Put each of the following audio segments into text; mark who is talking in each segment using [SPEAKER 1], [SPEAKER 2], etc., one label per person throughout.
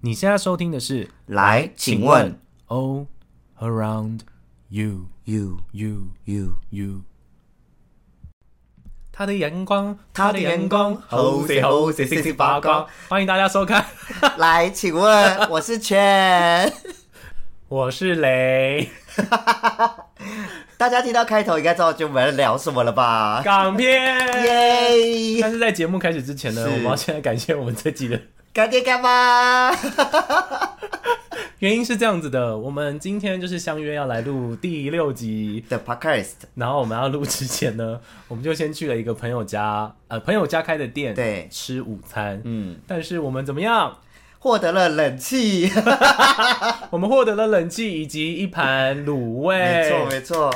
[SPEAKER 1] 你现在收听的是，
[SPEAKER 2] 来，请问
[SPEAKER 1] All Around You
[SPEAKER 2] you
[SPEAKER 1] You
[SPEAKER 2] you，
[SPEAKER 1] You。他的眼光，
[SPEAKER 2] 他的眼光
[SPEAKER 1] 好色好色，星星发光。欢迎大家收看，
[SPEAKER 2] 来，请问我是全。
[SPEAKER 1] 我是雷。
[SPEAKER 2] 大家听到开头应该知道就我们在聊什么了吧？
[SPEAKER 1] 港片。
[SPEAKER 2] 耶！
[SPEAKER 1] 但是在节目开始之前呢，
[SPEAKER 2] 是
[SPEAKER 1] 我们要先来感谢我们这集的
[SPEAKER 2] 干爹干妈，
[SPEAKER 1] 原因是这样子的，我们今天就是相约要来录第六集，
[SPEAKER 2] The Podcast，
[SPEAKER 1] 然后我们要录之前呢， 我们就先去了一个朋友家，呃，朋友家开的店，
[SPEAKER 2] 对
[SPEAKER 1] 吃午餐。
[SPEAKER 2] 嗯，
[SPEAKER 1] 但是我们怎么样？
[SPEAKER 2] 获得了冷气，
[SPEAKER 1] 我们获得了冷气以及一盘卤味。
[SPEAKER 2] 没错没错，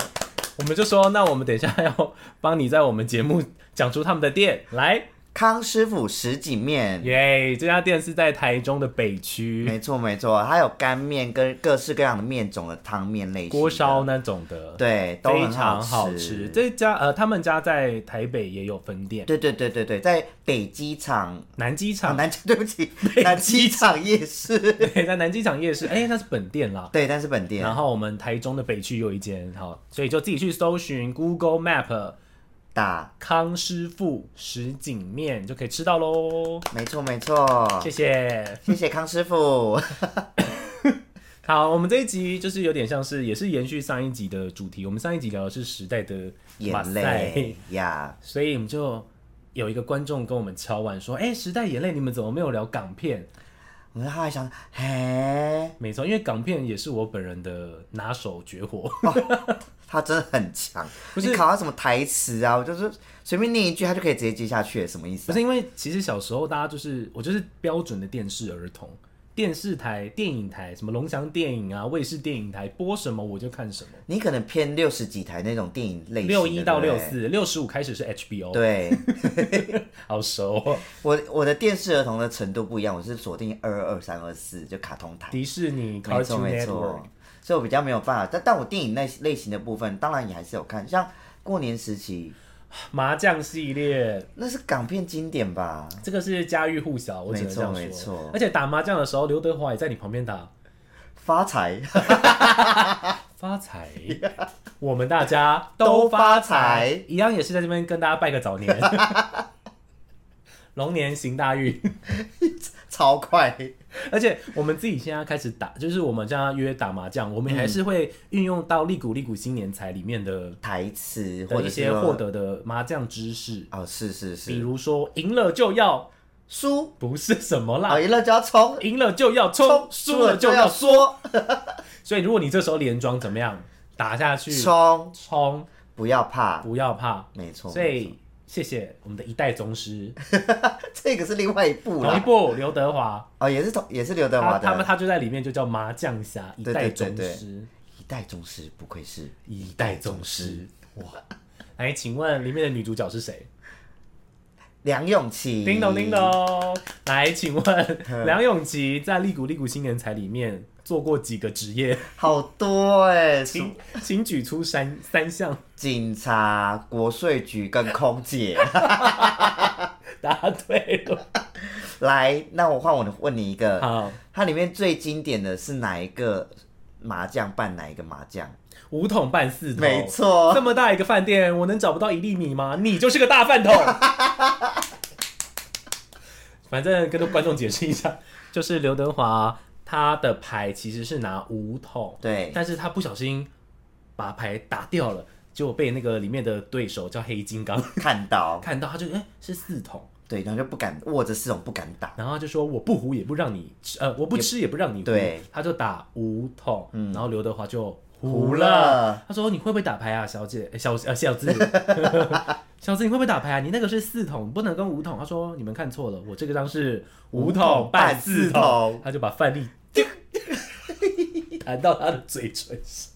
[SPEAKER 1] 我们就说，那我们等一下要帮你在我们节目讲出他们的店来。
[SPEAKER 2] 康师傅什锦面，
[SPEAKER 1] 耶、这家店是在台中的北区，
[SPEAKER 2] 没错没错，还有干面跟各式各样的面种的汤面类型的，
[SPEAKER 1] 锅烧那种的，，
[SPEAKER 2] 对，都
[SPEAKER 1] 非
[SPEAKER 2] 很
[SPEAKER 1] 常好吃。
[SPEAKER 2] 吃。
[SPEAKER 1] 这家呃，他们家在台北也有分店，
[SPEAKER 2] 对对对对对，在北机场，
[SPEAKER 1] 南机
[SPEAKER 2] 啊
[SPEAKER 1] 场，
[SPEAKER 2] 南，对不起，南机场夜市。
[SPEAKER 1] 对，在南机场夜市，哎、那是本店啦。
[SPEAKER 2] 对，但是本店
[SPEAKER 1] 然后我们台中的北区有一间，好，所以就自己去搜寻 Google Map
[SPEAKER 2] 打，
[SPEAKER 1] 康师傅什锦面就可以吃到喽。
[SPEAKER 2] 没错没错
[SPEAKER 1] 谢，谢。
[SPEAKER 2] 谢谢康 师傅。
[SPEAKER 1] 好，我们这一集就是有点像是也是延续上一集的主题，我们上一集聊的是时代的马
[SPEAKER 2] 眼
[SPEAKER 1] 赛
[SPEAKER 2] 泪，呀，
[SPEAKER 1] 所以我们就有一个观众跟我们敲碗说：“哎、时代眼泪，你们怎么没有聊港片
[SPEAKER 2] 我他还想，嘿？”，
[SPEAKER 1] 没错，因为港片也是我本人的拿手绝活。
[SPEAKER 2] 他真的很强，
[SPEAKER 1] 不是
[SPEAKER 2] 你考他什么台词啊？我就是随便念一句，他就可以直接接下去，什么意思
[SPEAKER 1] 不
[SPEAKER 2] 啊、
[SPEAKER 1] 是因为其实小时候大家就是我就是标准的电视儿童，电视台、电影台什么龙翔电影啊、卫视电影台播什么我就看什么。
[SPEAKER 2] 你可能偏六十几台那种电影类型，
[SPEAKER 1] 六一到
[SPEAKER 2] 对
[SPEAKER 1] 六
[SPEAKER 2] 不
[SPEAKER 1] 四，六十五开始是 HBO，，
[SPEAKER 2] 对。对
[SPEAKER 1] 好熟、哦。
[SPEAKER 2] 我我的电视儿童的程度不一样，我是锁定二二三二四就卡通台，
[SPEAKER 1] 迪士尼、
[SPEAKER 2] 没错
[SPEAKER 1] Cartoon
[SPEAKER 2] 没
[SPEAKER 1] Network
[SPEAKER 2] 错。，所以我比较没有办法，但但我电影类类型的部分，当然也还是有看，像过年时期，
[SPEAKER 1] 麻将系列，
[SPEAKER 2] 那是港片经典吧？
[SPEAKER 1] 这个是家喻户晓，我只能这样说。
[SPEAKER 2] 没错没错
[SPEAKER 1] 而且打麻将的时候，刘德华也在你旁边打，
[SPEAKER 2] 发财
[SPEAKER 1] 发财，我们大家发财，一样也是在这边跟大家拜个早年， 龙年行大运。
[SPEAKER 2] 超快，
[SPEAKER 1] 而且我们自己现在开始打，就是我们这样约打麻将，我们还
[SPEAKER 2] 嗯
[SPEAKER 1] 是会运用到利古利古新年财里面的
[SPEAKER 2] 台词
[SPEAKER 1] 的
[SPEAKER 2] 或
[SPEAKER 1] 一
[SPEAKER 2] 者是
[SPEAKER 1] 些获得的麻将知识，
[SPEAKER 2] 哦，是是
[SPEAKER 1] 比
[SPEAKER 2] 是，
[SPEAKER 1] 如说赢了就要
[SPEAKER 2] 输
[SPEAKER 1] 不是什么啦
[SPEAKER 2] 啊，，赢了就要冲，
[SPEAKER 1] 赢了就要冲，输了就要
[SPEAKER 2] 要说
[SPEAKER 1] 所以如果你这时候连庄怎么样打下去，
[SPEAKER 2] 冲，
[SPEAKER 1] 冲
[SPEAKER 2] 不要怕，
[SPEAKER 1] 不要怕。
[SPEAKER 2] 没错，
[SPEAKER 1] 所
[SPEAKER 2] 没错
[SPEAKER 1] 以谢谢我们的一代宗师，
[SPEAKER 2] 这个是另外一部
[SPEAKER 1] 同一
[SPEAKER 2] 啦，
[SPEAKER 1] 部刘德华，
[SPEAKER 2] 哦，也是同也是刘德
[SPEAKER 1] 他
[SPEAKER 2] 华
[SPEAKER 1] 他们
[SPEAKER 2] 的
[SPEAKER 1] 他就在里面就叫麻将侠一
[SPEAKER 2] 对
[SPEAKER 1] 代
[SPEAKER 2] 对
[SPEAKER 1] 宗
[SPEAKER 2] 对对
[SPEAKER 1] 师，
[SPEAKER 2] 一代宗师，不愧是
[SPEAKER 1] 一代宗师哇！哎，请问里面的女主角是谁？
[SPEAKER 2] 梁咏琪，
[SPEAKER 1] 叮咚叮，咚，来，请
[SPEAKER 2] 嗯
[SPEAKER 1] 问梁咏琪在《利古利古新年财》里面做过几个职业？
[SPEAKER 2] 好多哎，
[SPEAKER 1] 请请举出三三项，
[SPEAKER 2] 警察、国税局跟空姐。
[SPEAKER 1] 答对了。
[SPEAKER 2] 来，那我换我问你一个，
[SPEAKER 1] 好，
[SPEAKER 2] 它里面最经典的是哪一个麻将办哪一个麻将？哦
[SPEAKER 1] 五桶半四头，
[SPEAKER 2] 没错
[SPEAKER 1] 这么大一个饭店，我能找不到一粒米吗？你就是个大饭 桶。反正跟观众解释一下，就是刘德华他的牌其实是拿五桶，
[SPEAKER 2] 对，
[SPEAKER 1] 但是他不小心把牌打掉了，结果被那个里面的对手叫黑金刚
[SPEAKER 2] 看到，
[SPEAKER 1] 看到，他就哎、是四桶，
[SPEAKER 2] 对，然后就不敢握着四种不敢打，
[SPEAKER 1] 然后他就说我不胡也不让你吃，呃我不吃也不让你胡，
[SPEAKER 2] 对，嗯
[SPEAKER 1] 他就打五桶，然后刘德华就胡
[SPEAKER 2] 胡
[SPEAKER 1] 了
[SPEAKER 2] 了，
[SPEAKER 1] 他说你会不会打牌啊，小姐，呃小呃小子， 小子你会不会打牌啊？你那个是四桶，不能跟五桶。他说你们看错了，我这个张是五桶半四
[SPEAKER 2] 五桶半四桶
[SPEAKER 1] 桶，他就把饭粒丢 弹到他的嘴唇上。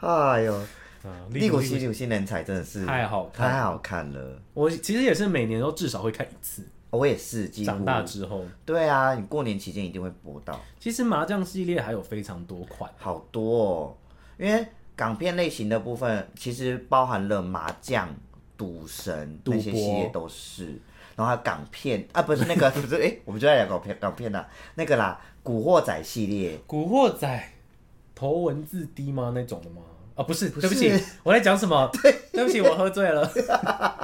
[SPEAKER 2] 哎呦，
[SPEAKER 1] 啊，
[SPEAKER 2] 《利古西流新人才》真的是
[SPEAKER 1] 太好看
[SPEAKER 2] 太好看了。
[SPEAKER 1] 我其实也是每年都至少会看一次。
[SPEAKER 2] 我也是，几
[SPEAKER 1] 长
[SPEAKER 2] 乎
[SPEAKER 1] 大之后，
[SPEAKER 2] 对啊，你过年期间一定会播到，
[SPEAKER 1] 其实麻将系列还有非常多款。
[SPEAKER 2] 好多哦。因为港片类型的部分其实包含了麻将、赌神
[SPEAKER 1] 赌博
[SPEAKER 2] 那些系列都是，然然后还有港片啊，不是 那个不是哎、我们就在聊港片港片呐、那个啦，《古惑仔》系列，
[SPEAKER 1] 古惑仔头文字 D 吗？那种的吗？啊，不是，
[SPEAKER 2] 不
[SPEAKER 1] 对不起
[SPEAKER 2] 是，
[SPEAKER 1] 我在讲什么？ 对，不起，我喝醉了。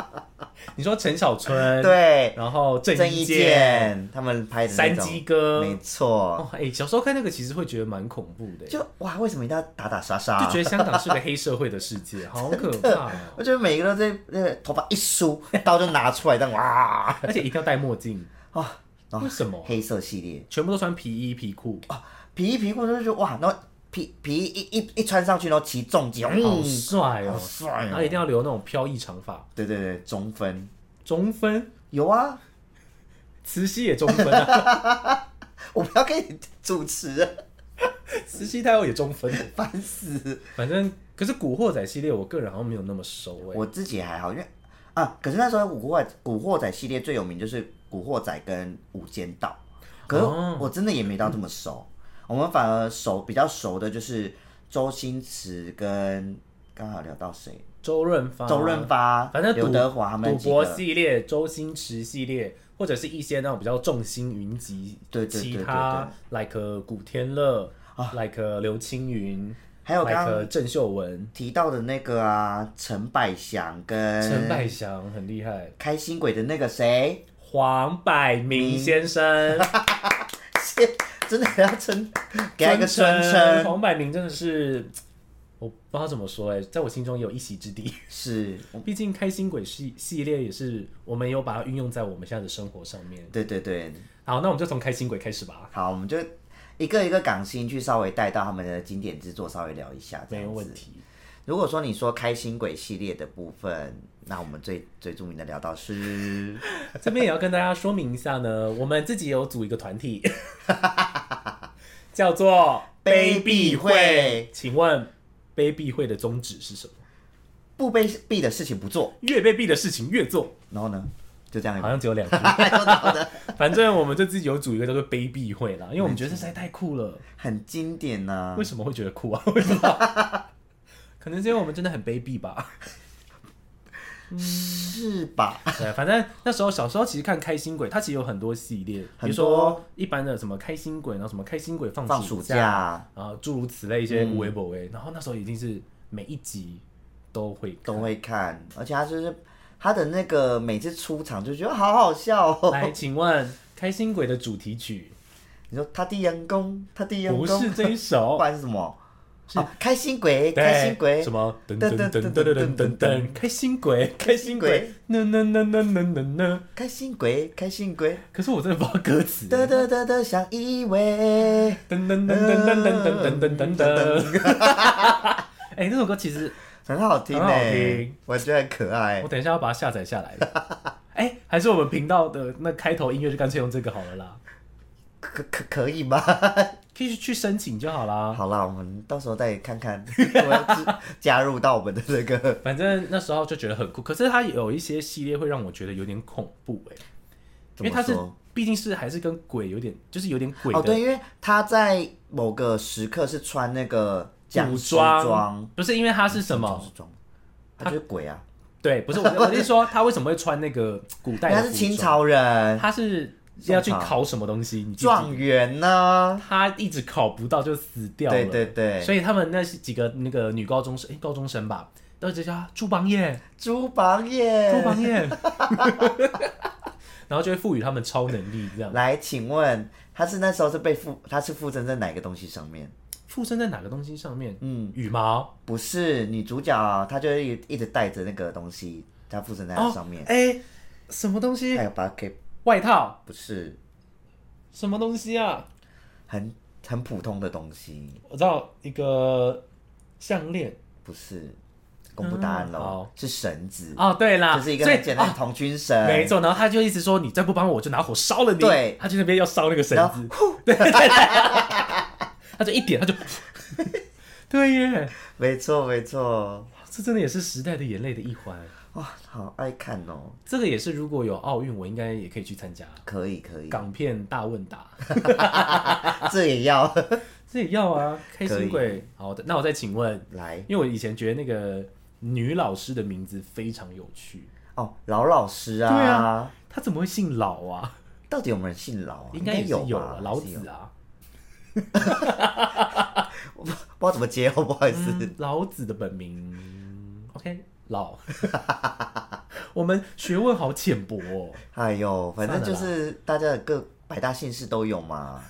[SPEAKER 1] 你说陈小春，，
[SPEAKER 2] 对，
[SPEAKER 1] 然后嗯郑
[SPEAKER 2] 郑
[SPEAKER 1] 伊
[SPEAKER 2] 伊
[SPEAKER 1] 健，
[SPEAKER 2] 健他们拍的那
[SPEAKER 1] 山
[SPEAKER 2] 种
[SPEAKER 1] 鸡哥，
[SPEAKER 2] 没错，
[SPEAKER 1] 哦，哎、小时候看那个其实会觉得蛮恐怖的，欸就
[SPEAKER 2] 就哇，为什么一定要打打杀杀、啊？
[SPEAKER 1] 觉得香港是个黑社会的世界，好可怕、哦，
[SPEAKER 2] 我觉得每个都在那个头发一梳， 刀就拿出来，这样哇
[SPEAKER 1] 而且一定要戴墨镜，
[SPEAKER 2] 啊！然后
[SPEAKER 1] 为什么？
[SPEAKER 2] 黑色系列
[SPEAKER 1] 全部都穿皮衣皮裤，
[SPEAKER 2] 皮衣皮裤就是觉得哇，然后皮皮衣一一一穿上去，然后骑重机，
[SPEAKER 1] 好
[SPEAKER 2] 嗯，
[SPEAKER 1] 帅哦
[SPEAKER 2] 好！帅
[SPEAKER 1] 然后一
[SPEAKER 2] 哦！
[SPEAKER 1] 定要留那种飘逸长发，
[SPEAKER 2] 对对对，中分
[SPEAKER 1] 中分，
[SPEAKER 2] 有啊，
[SPEAKER 1] 慈禧也中分啊，
[SPEAKER 2] 我不要跟你主持 了，
[SPEAKER 1] 慈禧太后也中分。
[SPEAKER 2] 烦死！
[SPEAKER 1] 反正，可是《古惑仔》系列，我个人好像没有那么熟哎、
[SPEAKER 2] 我自己还好，因为啊，可是那时候古惑仔古惑仔系列最有名就是《古惑仔》跟《无间道》，可是
[SPEAKER 1] 哦
[SPEAKER 2] 我真的也没到这么熟，我们反而熟比较熟的就是周星驰跟刚好聊到谁，
[SPEAKER 1] 周润发，
[SPEAKER 2] 周润，发，
[SPEAKER 1] 反正赌
[SPEAKER 2] 刘德华他们
[SPEAKER 1] 赌
[SPEAKER 2] 几
[SPEAKER 1] 博
[SPEAKER 2] 个，
[SPEAKER 1] 系列、周星驰系列，或者是一些那种比较众星云集，
[SPEAKER 2] 对对对
[SPEAKER 1] 其
[SPEAKER 2] 对
[SPEAKER 1] 他 like 古天乐、like 刘青云，
[SPEAKER 2] 还有刚刚
[SPEAKER 1] like 郑秀文、
[SPEAKER 2] 提到的那个啊，陈百祥
[SPEAKER 1] 陈
[SPEAKER 2] 跟
[SPEAKER 1] 百祥很厉害，
[SPEAKER 2] 开心鬼的那个谁，
[SPEAKER 1] 黄百鸣先生，
[SPEAKER 2] 真的要称给他一个
[SPEAKER 1] 尊
[SPEAKER 2] 尊
[SPEAKER 1] 称
[SPEAKER 2] 称，
[SPEAKER 1] 黄百鸣真的是。我不知道怎么说哎、在我心中有一席之 地。
[SPEAKER 2] 是，
[SPEAKER 1] 毕竟开心鬼系系列也是我们有把它运用在我们现在的生活上面。
[SPEAKER 2] 对对对，
[SPEAKER 1] 好，那我们就从开心鬼开始 吧。
[SPEAKER 2] 好，我们就一个一个港星去稍微带到他们的经典之作，稍微聊一下这
[SPEAKER 1] 没有
[SPEAKER 2] 样
[SPEAKER 1] 问
[SPEAKER 2] 子。
[SPEAKER 1] 题。
[SPEAKER 2] 如果说你说开心鬼系列的部分，那我们最最著名的聊到是，
[SPEAKER 1] 这边也要跟大家说明一下呢，我们自己有组一个团 体，叫做
[SPEAKER 2] 卑鄙会。
[SPEAKER 1] 请问卑鄙会的宗旨是什么？
[SPEAKER 2] 不被避的事情不做，
[SPEAKER 1] 越卑鄙的事情越做，
[SPEAKER 2] 然后呢，就这样
[SPEAKER 1] 好像只有 两句。 反正我们就自己有组一个叫做卑鄙会啦，因为
[SPEAKER 2] 嗯
[SPEAKER 1] 我们觉得这实在太酷了。
[SPEAKER 2] 很经典呐、
[SPEAKER 1] 为什么会觉得酷啊？我也不知道， 可能是因为我们真的很卑鄙吧。
[SPEAKER 2] 是吧？
[SPEAKER 1] 对，反正那时候小时候其实看《开心鬼》，它其实有很多系列，比
[SPEAKER 2] 很多
[SPEAKER 1] 如说一般的什么《开心鬼》，然后什么《开心鬼放
[SPEAKER 2] 放
[SPEAKER 1] 暑
[SPEAKER 2] 暑假嗯
[SPEAKER 1] 然后诸如此类一些微博微，然后那时候已经是每一集都会
[SPEAKER 2] 都会看，而且他就是他的那个每次出场就觉得好好笑哦。
[SPEAKER 1] 来，请问《开心鬼》的主题曲
[SPEAKER 2] 你说他的阳光，他的阳
[SPEAKER 1] 不
[SPEAKER 2] 光，
[SPEAKER 1] 是这一
[SPEAKER 2] 不
[SPEAKER 1] 首，
[SPEAKER 2] 然是什么？哦，开心鬼，
[SPEAKER 1] 对
[SPEAKER 2] 开心鬼
[SPEAKER 1] 什，么噔噔噔噔噔噔噔噔，开心鬼，开心鬼，呢呢呢呢呢呢呢。
[SPEAKER 2] 开心鬼，开心鬼，
[SPEAKER 1] 可是我真的不知道歌词。
[SPEAKER 2] 得得得得想依偎。
[SPEAKER 1] 噔噔噔噔噔噔噔噔噔噔。哎，这首歌其实
[SPEAKER 2] 很好听
[SPEAKER 1] 很
[SPEAKER 2] 呢、
[SPEAKER 1] 好听
[SPEAKER 2] 我觉得很可爱
[SPEAKER 1] 我。等一下要把它下载下来。 哎、还是我们频道的那开头音乐就干脆用这个好了啦，
[SPEAKER 2] 可可可 以吗？
[SPEAKER 1] 可以去申请就好啦。
[SPEAKER 2] 好啦，我们到时候再看看，我要加加入到我们的这个。
[SPEAKER 1] 反正那时候就觉得很酷，可是它有一些系列会让我觉得有点恐怖哎、 因为它是
[SPEAKER 2] 怎么说
[SPEAKER 1] 毕竟是还是跟鬼有点，就是有点鬼
[SPEAKER 2] 哦，
[SPEAKER 1] 的
[SPEAKER 2] 对，因为他在某个时刻是穿那个僵
[SPEAKER 1] 古
[SPEAKER 2] 尸装，
[SPEAKER 1] 装，不是因为它是什
[SPEAKER 2] 僵
[SPEAKER 1] 么？
[SPEAKER 2] 尸装，他就是鬼啊，
[SPEAKER 1] 对，不是我，我是说他为什么会穿那个古代
[SPEAKER 2] 因
[SPEAKER 1] 的
[SPEAKER 2] 为他
[SPEAKER 1] 服装？
[SPEAKER 2] 是清，朝人，
[SPEAKER 1] 他是要去考什么东西？你记不记得
[SPEAKER 2] 状元呢？
[SPEAKER 1] 他一直考不到就死掉了。
[SPEAKER 2] 对对对
[SPEAKER 1] 所以他们那几个那个女高中生，哎、高中生吧，都直接叫她朱邦彦，
[SPEAKER 2] 朱榜
[SPEAKER 1] 朱
[SPEAKER 2] 眼。
[SPEAKER 1] 邦彦， 然后就会赋予他们超能力，这样
[SPEAKER 2] 来，请问他是那时候是被附，他是附身在哪个东西上面？
[SPEAKER 1] 附身在哪个东西上面？
[SPEAKER 2] 嗯，
[SPEAKER 1] 羽毛
[SPEAKER 2] 不是女主角，她就一一直带着那个东西，她附身在它上面。哎
[SPEAKER 1] 哎、诶什么东西
[SPEAKER 2] 还？有把它给
[SPEAKER 1] 外套？
[SPEAKER 2] 不是
[SPEAKER 1] 什么东西啊？
[SPEAKER 2] 很很普通的东西，
[SPEAKER 1] 我知道一个项链。
[SPEAKER 2] 不是公布答案
[SPEAKER 1] 嗯
[SPEAKER 2] 喽
[SPEAKER 1] 好，
[SPEAKER 2] 是绳子，
[SPEAKER 1] 哦，对啦，
[SPEAKER 2] 就是一个
[SPEAKER 1] 所以啊
[SPEAKER 2] 很简单的童军绳，
[SPEAKER 1] 没错，然后他就一直说：“你再不帮我，我就拿火烧了你。”
[SPEAKER 2] 对
[SPEAKER 1] 他去那边要烧那个绳
[SPEAKER 2] 然
[SPEAKER 1] 子
[SPEAKER 2] 后， 呼
[SPEAKER 1] 他就一点，他就， 对耶，
[SPEAKER 2] 没错没错，
[SPEAKER 1] 这真的也是时代的眼泪的一环。
[SPEAKER 2] 哇，好爱看哦，
[SPEAKER 1] 这个也是，如果有奥运，我应该也可以去参加
[SPEAKER 2] 可以可以，
[SPEAKER 1] 港片大问答，
[SPEAKER 2] 这也要
[SPEAKER 1] 这也要啊，开
[SPEAKER 2] 可
[SPEAKER 1] 心
[SPEAKER 2] 以
[SPEAKER 1] 鬼。好的，那我再请问，
[SPEAKER 2] 来
[SPEAKER 1] 因为我以前觉得那个女老师的名字非常有趣，
[SPEAKER 2] 哦，老老师啊，
[SPEAKER 1] 对啊他怎么会姓老啊？
[SPEAKER 2] 到底有没有人姓老啊？
[SPEAKER 1] 应
[SPEAKER 2] 该
[SPEAKER 1] 该也是有
[SPEAKER 2] 吧
[SPEAKER 1] 啊，老
[SPEAKER 2] 是有
[SPEAKER 1] 子啊，
[SPEAKER 2] 不知道怎么接哦，不好意思。
[SPEAKER 1] 嗯老子的本名，OK，老。 我们学问好浅薄哦。
[SPEAKER 2] 哎呦，反正
[SPEAKER 1] 算了
[SPEAKER 2] 就
[SPEAKER 1] 啦
[SPEAKER 2] 是大家的各百大姓氏都 有嘛。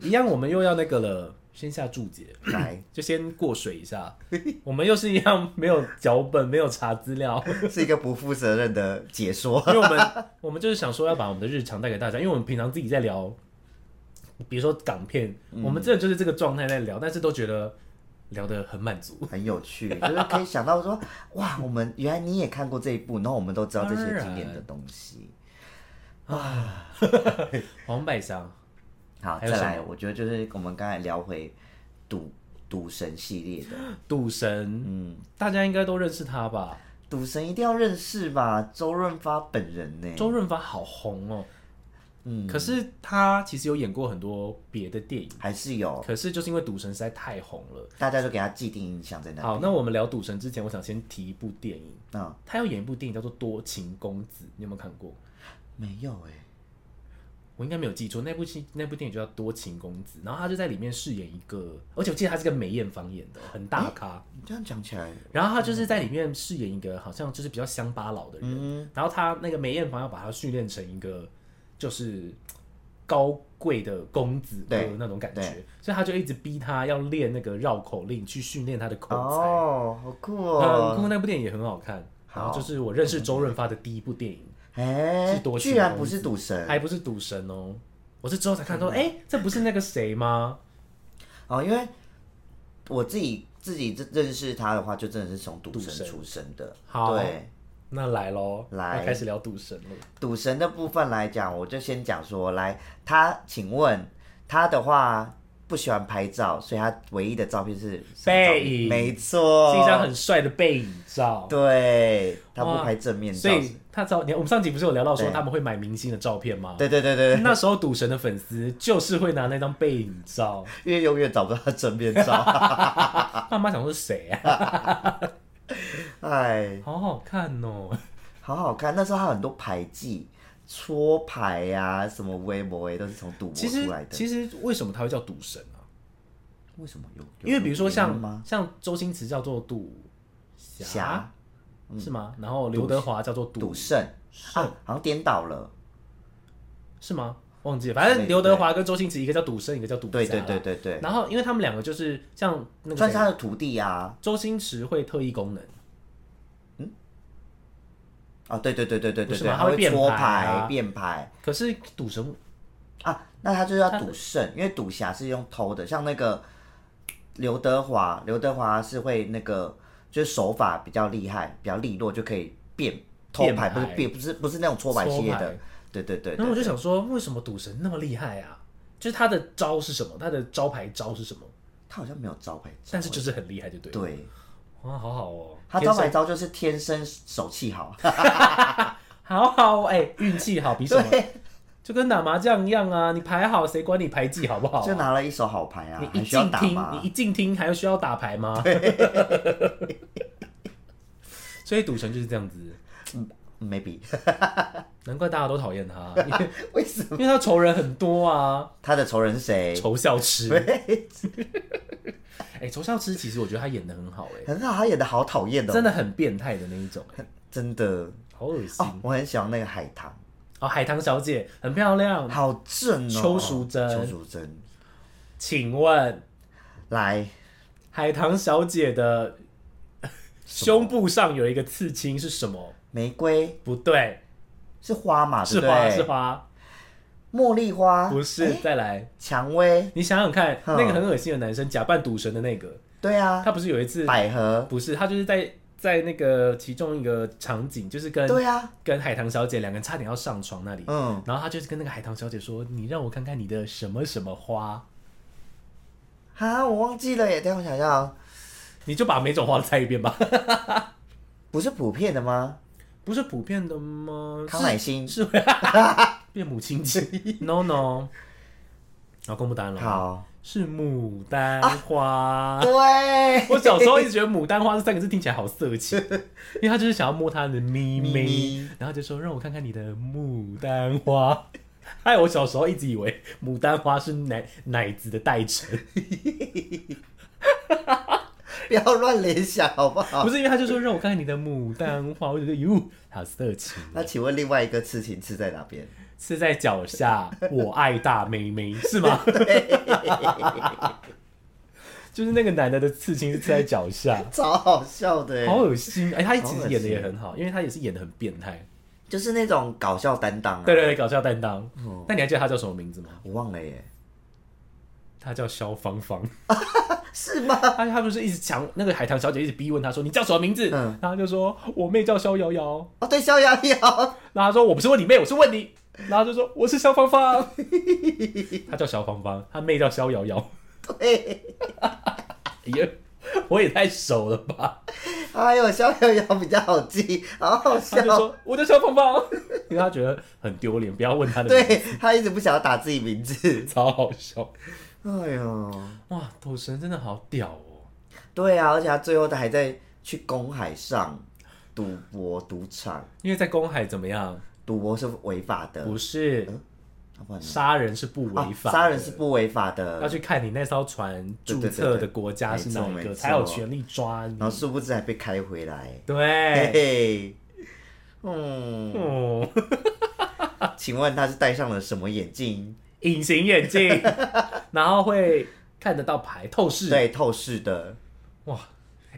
[SPEAKER 1] 一样，我们又要那个了，先下注解，
[SPEAKER 2] 来，
[SPEAKER 1] 就先过水一下。我们又是一样没有脚本，没有查资料，
[SPEAKER 2] 是一个不负责任的解说。
[SPEAKER 1] 因为我们 我们就是想说要把我们的日常带给大家，因为我们平常自己在聊，比如说港片，我们真的就是这个状态在聊，但是都觉得聊得很满足。
[SPEAKER 2] 很有 趣，就是可以想到说，哇，我们原来你也看过这一部，然后我们都知道这些经典的东 西。
[SPEAKER 1] 黄百祥，
[SPEAKER 2] 好，
[SPEAKER 1] 还有
[SPEAKER 2] 再
[SPEAKER 1] 什
[SPEAKER 2] 来，我觉得就是我们刚才聊回赌赌神系列的，
[SPEAKER 1] 赌神，嗯，大家应该都认识他吧？
[SPEAKER 2] 赌神一定要认识吧？周润发本人呢？
[SPEAKER 1] 周润发好红哦，
[SPEAKER 2] 嗯，
[SPEAKER 1] 可是他其实有演过很多别的电影，
[SPEAKER 2] 还是有，
[SPEAKER 1] 可是就是因为赌神实在太红了。
[SPEAKER 2] 大家都给他既定印象在那。
[SPEAKER 1] 好，那我们聊赌神之前，我想先提一部电影，
[SPEAKER 2] 嗯，
[SPEAKER 1] 他要演一部电影叫做《多情公子》，你有没有看过？
[SPEAKER 2] 没有哎、
[SPEAKER 1] 我应该没有记错，那部戏那部电影就叫《多情公子》，然后他就在里面饰演一个，而且我记得他是跟梅艳芳演的，很大咖。
[SPEAKER 2] 你这样讲起来，
[SPEAKER 1] 然后他就是在里面饰演一个好像就是比较乡巴佬的人，然后他那个梅艳芳要把他训练成一个就是高贵的公子哥
[SPEAKER 2] 对
[SPEAKER 1] 那种感觉
[SPEAKER 2] 对，
[SPEAKER 1] 所以他就一直逼他要练那个绕口令，去训练他的口才。
[SPEAKER 2] 哦，好酷
[SPEAKER 1] 很酷，
[SPEAKER 2] 哦！
[SPEAKER 1] 那部电影也很好看。
[SPEAKER 2] 好
[SPEAKER 1] 然后就是我认识周润发的第一部电影，
[SPEAKER 2] 哎、
[SPEAKER 1] 是多情
[SPEAKER 2] 居然
[SPEAKER 1] 公
[SPEAKER 2] 不是赌神
[SPEAKER 1] 还不是赌神哦，我是之后才
[SPEAKER 2] 嗯
[SPEAKER 1] 看到，哎、这不是那个谁吗？
[SPEAKER 2] 哦，因为我自己自己认认识他的话，就真的是从赌
[SPEAKER 1] 赌
[SPEAKER 2] 神
[SPEAKER 1] 神
[SPEAKER 2] 出生的。
[SPEAKER 1] 好
[SPEAKER 2] 对，
[SPEAKER 1] 那来喽，
[SPEAKER 2] 来
[SPEAKER 1] 要开始聊赌神了。
[SPEAKER 2] 赌神的部分来讲，我就先讲说，来，他请问他的话不喜欢拍照，所以他唯一的照片是什么照片
[SPEAKER 1] 背影
[SPEAKER 2] 没错，
[SPEAKER 1] 是一张很帅的背影照，
[SPEAKER 2] 哦对，他不
[SPEAKER 1] 哇
[SPEAKER 2] 拍正面照
[SPEAKER 1] 所，以他照你，我们上集不是有聊到说
[SPEAKER 2] 对
[SPEAKER 1] 他们会买明星的照片吗？
[SPEAKER 2] 对对对对，对
[SPEAKER 1] 那时候赌神的粉丝就是会拿那张背影照，
[SPEAKER 2] 越用越找不到他正 面照，
[SPEAKER 1] 爸妈想说谁啊？
[SPEAKER 2] 哎，
[SPEAKER 1] 好好看哦，
[SPEAKER 2] 好好看，那时候他很多牌技。搓牌呀、什么微博哎，都是从赌博
[SPEAKER 1] 其实
[SPEAKER 2] 出来的。
[SPEAKER 1] 其实为什么他会叫赌神啊？
[SPEAKER 2] 为什么有？有
[SPEAKER 1] 因为比如说
[SPEAKER 2] 有原因吗
[SPEAKER 1] 像像周星驰叫做赌
[SPEAKER 2] 侠嗯
[SPEAKER 1] 侠，是吗？然后刘德华叫做赌
[SPEAKER 2] 赌圣
[SPEAKER 1] 圣
[SPEAKER 2] 啊，好像颠倒了。
[SPEAKER 1] 是吗？忘记了，反正刘德华跟周星驰一个叫赌圣，一个叫赌侠
[SPEAKER 2] 对
[SPEAKER 1] 啦。
[SPEAKER 2] 对对对对，
[SPEAKER 1] 然后因为他们两个就是像那个
[SPEAKER 2] 算
[SPEAKER 1] 谁
[SPEAKER 2] 是他的徒弟啊。
[SPEAKER 1] 周星驰会特异功能，
[SPEAKER 2] 啊，对对对对对
[SPEAKER 1] 不
[SPEAKER 2] 对
[SPEAKER 1] 是
[SPEAKER 2] 对，
[SPEAKER 1] 吗
[SPEAKER 2] 他
[SPEAKER 1] 他会变
[SPEAKER 2] 搓
[SPEAKER 1] 牌啊
[SPEAKER 2] 变牌
[SPEAKER 1] 可是赌神
[SPEAKER 2] 啊，那他就是要赌圣，因为赌侠是用偷的，像那个刘德华，刘德华是会那个就是手法比较厉害，比较利落，就可以变偷
[SPEAKER 1] 变
[SPEAKER 2] 牌，不是
[SPEAKER 1] 牌
[SPEAKER 2] 变不是不是那种搓牌系列
[SPEAKER 1] 搓
[SPEAKER 2] 的
[SPEAKER 1] 牌，
[SPEAKER 2] 对对对
[SPEAKER 1] 然后
[SPEAKER 2] 对
[SPEAKER 1] 我就想说，为什么赌神那么厉害啊？就是他的招是什么？他的招牌招是什么？
[SPEAKER 2] 他好像没有招牌招，
[SPEAKER 1] 但是就是很厉害，就对了。
[SPEAKER 2] 对
[SPEAKER 1] 哇，好好哦，
[SPEAKER 2] 他
[SPEAKER 1] 哎天
[SPEAKER 2] 招
[SPEAKER 1] 生
[SPEAKER 2] 牌招就是天生手气好，啊
[SPEAKER 1] 好好哎、运气好比什么？就跟打麻将一样啊，你牌好，谁管你牌技好不好啊、
[SPEAKER 2] 就拿了一手好牌啊，
[SPEAKER 1] 你
[SPEAKER 2] 还
[SPEAKER 1] 一
[SPEAKER 2] 需要
[SPEAKER 1] 进
[SPEAKER 2] 打
[SPEAKER 1] 厅，你
[SPEAKER 2] 吗？
[SPEAKER 1] 一进厅还需要打牌吗？ 所以赌神就是这样子，
[SPEAKER 2] 嗯 maybe
[SPEAKER 1] 难怪大家都讨厌他， 因为
[SPEAKER 2] 为什么
[SPEAKER 1] 因为他仇人很多啊，
[SPEAKER 2] 他的仇人是谁？
[SPEAKER 1] 仇笑痴。 哎、仇笑痴其实我觉得他演的很好、哎，
[SPEAKER 2] 很好，他演的好讨厌哦，
[SPEAKER 1] 真的很变态的那一种、哎
[SPEAKER 2] 真的
[SPEAKER 1] 好恶心
[SPEAKER 2] 哦，我很喜欢那个海棠。
[SPEAKER 1] 哦。海棠小姐很漂亮，
[SPEAKER 2] 好正哦！
[SPEAKER 1] 邱淑贞
[SPEAKER 2] 邱淑贞，
[SPEAKER 1] 请问
[SPEAKER 2] 来，
[SPEAKER 1] 海棠小姐的胸部上有一个刺青是什么？
[SPEAKER 2] 玫瑰
[SPEAKER 1] 不对，
[SPEAKER 2] 是花嘛？
[SPEAKER 1] 是
[SPEAKER 2] 对不
[SPEAKER 1] 花
[SPEAKER 2] 对
[SPEAKER 1] 是，花，
[SPEAKER 2] 茉莉花
[SPEAKER 1] 不是。
[SPEAKER 2] 诶
[SPEAKER 1] 再来，
[SPEAKER 2] 蔷薇，
[SPEAKER 1] 你想想看，
[SPEAKER 2] 嗯
[SPEAKER 1] 那个很恶心的男生假扮赌神的那个，
[SPEAKER 2] 对啊，
[SPEAKER 1] 他不是有一次
[SPEAKER 2] 百合，
[SPEAKER 1] 不是他就是在在那个其中一个场景，就是跟
[SPEAKER 2] 对啊，
[SPEAKER 1] 跟海棠小姐两个人差点要上床那里，
[SPEAKER 2] 嗯，
[SPEAKER 1] 然后他就是跟那个海棠小姐说：“你让我看看你的什么什么花。”
[SPEAKER 2] 哈，我忘记了耶，等一下我想想啊，
[SPEAKER 1] 你就把每种花猜一遍吧。
[SPEAKER 2] 不是普遍的吗？
[SPEAKER 1] 不是普遍的吗？
[SPEAKER 2] 康乃馨
[SPEAKER 1] 是是变母亲节？No No，然后公布答案了，
[SPEAKER 2] 好，
[SPEAKER 1] 是牡丹花。
[SPEAKER 2] 啊对，
[SPEAKER 1] 我小时候一直觉得牡丹花这三个字听起来好色情，因为他就是想要摸他的咪咪
[SPEAKER 2] 咪咪，
[SPEAKER 1] 然后就说让我看看你的牡丹花。 哎，我小时候一直以为牡丹花是奶奶子的代称，
[SPEAKER 2] 不要乱联想好不好？
[SPEAKER 1] 不是因为他就说让我看看你的牡丹花，我就觉得哟，好色情，
[SPEAKER 2] 那请问另外一个刺青刺在哪边？
[SPEAKER 1] 是在脚下，我爱大妹妹是吗？ 就是那个男的的刺青是刺在脚下，
[SPEAKER 2] 超好笑的耶，
[SPEAKER 1] 好恶心！哎、他其
[SPEAKER 2] 好恶
[SPEAKER 1] 实
[SPEAKER 2] 心
[SPEAKER 1] 演的也很好，因为他也是演的很变态。
[SPEAKER 2] 就是那种搞笑担当啊。
[SPEAKER 1] 对对对，搞笑担当。那你还记得他叫什么名字吗？
[SPEAKER 2] 我忘了耶，
[SPEAKER 1] 他叫肖芳芳。
[SPEAKER 2] 是吗？
[SPEAKER 1] 他他不是一直强那个海棠小姐一直逼问他说你叫什么名字？
[SPEAKER 2] 嗯
[SPEAKER 1] 然后他就说我妹叫肖瑶瑶。
[SPEAKER 2] 哦，对，逍遥瑶，
[SPEAKER 1] 然后他说我不是问你妹，我是问你。然后他就说我是肖芳芳。 他叫肖芳芳，他妹叫肖瑶瑶。
[SPEAKER 2] 对，
[SPEAKER 1] 哎呀，我 也太熟了吧？
[SPEAKER 2] 哎呦，逍遥瑶比较好记，好好
[SPEAKER 1] 他就
[SPEAKER 2] 笑。
[SPEAKER 1] 说我叫肖芳芳， 因为他觉得很丢脸，不要问他的名字，
[SPEAKER 2] 对他一直不想要打自己名字，
[SPEAKER 1] 超好笑。
[SPEAKER 2] 哎呦，
[SPEAKER 1] 哇，赌神真的好屌哦。
[SPEAKER 2] 对啊，而且他最后他还在去公海上赌博赌场，
[SPEAKER 1] 因为在公海怎么样？
[SPEAKER 2] 赌博是违法的，
[SPEAKER 1] 不是
[SPEAKER 2] 啊不然呢
[SPEAKER 1] 杀人是不
[SPEAKER 2] 啊
[SPEAKER 1] 违法的，
[SPEAKER 2] 杀人是不违法
[SPEAKER 1] 要
[SPEAKER 2] 的。
[SPEAKER 1] 去看你那艘船
[SPEAKER 2] 对
[SPEAKER 1] 注
[SPEAKER 2] 对对
[SPEAKER 1] 册的
[SPEAKER 2] 对
[SPEAKER 1] 国家是哪
[SPEAKER 2] 没
[SPEAKER 1] 一
[SPEAKER 2] 错
[SPEAKER 1] 个，
[SPEAKER 2] 没
[SPEAKER 1] 才有
[SPEAKER 2] 错
[SPEAKER 1] 权利抓你
[SPEAKER 2] 然。后殊不知还被开回来，嘿
[SPEAKER 1] 对，
[SPEAKER 2] 嘿，嗯，
[SPEAKER 1] 哦，
[SPEAKER 2] 请问他是戴上了什么眼镜？
[SPEAKER 1] 隐形眼 镜，然后会看得到牌，透视。，
[SPEAKER 2] 对，透视的，
[SPEAKER 1] 哇，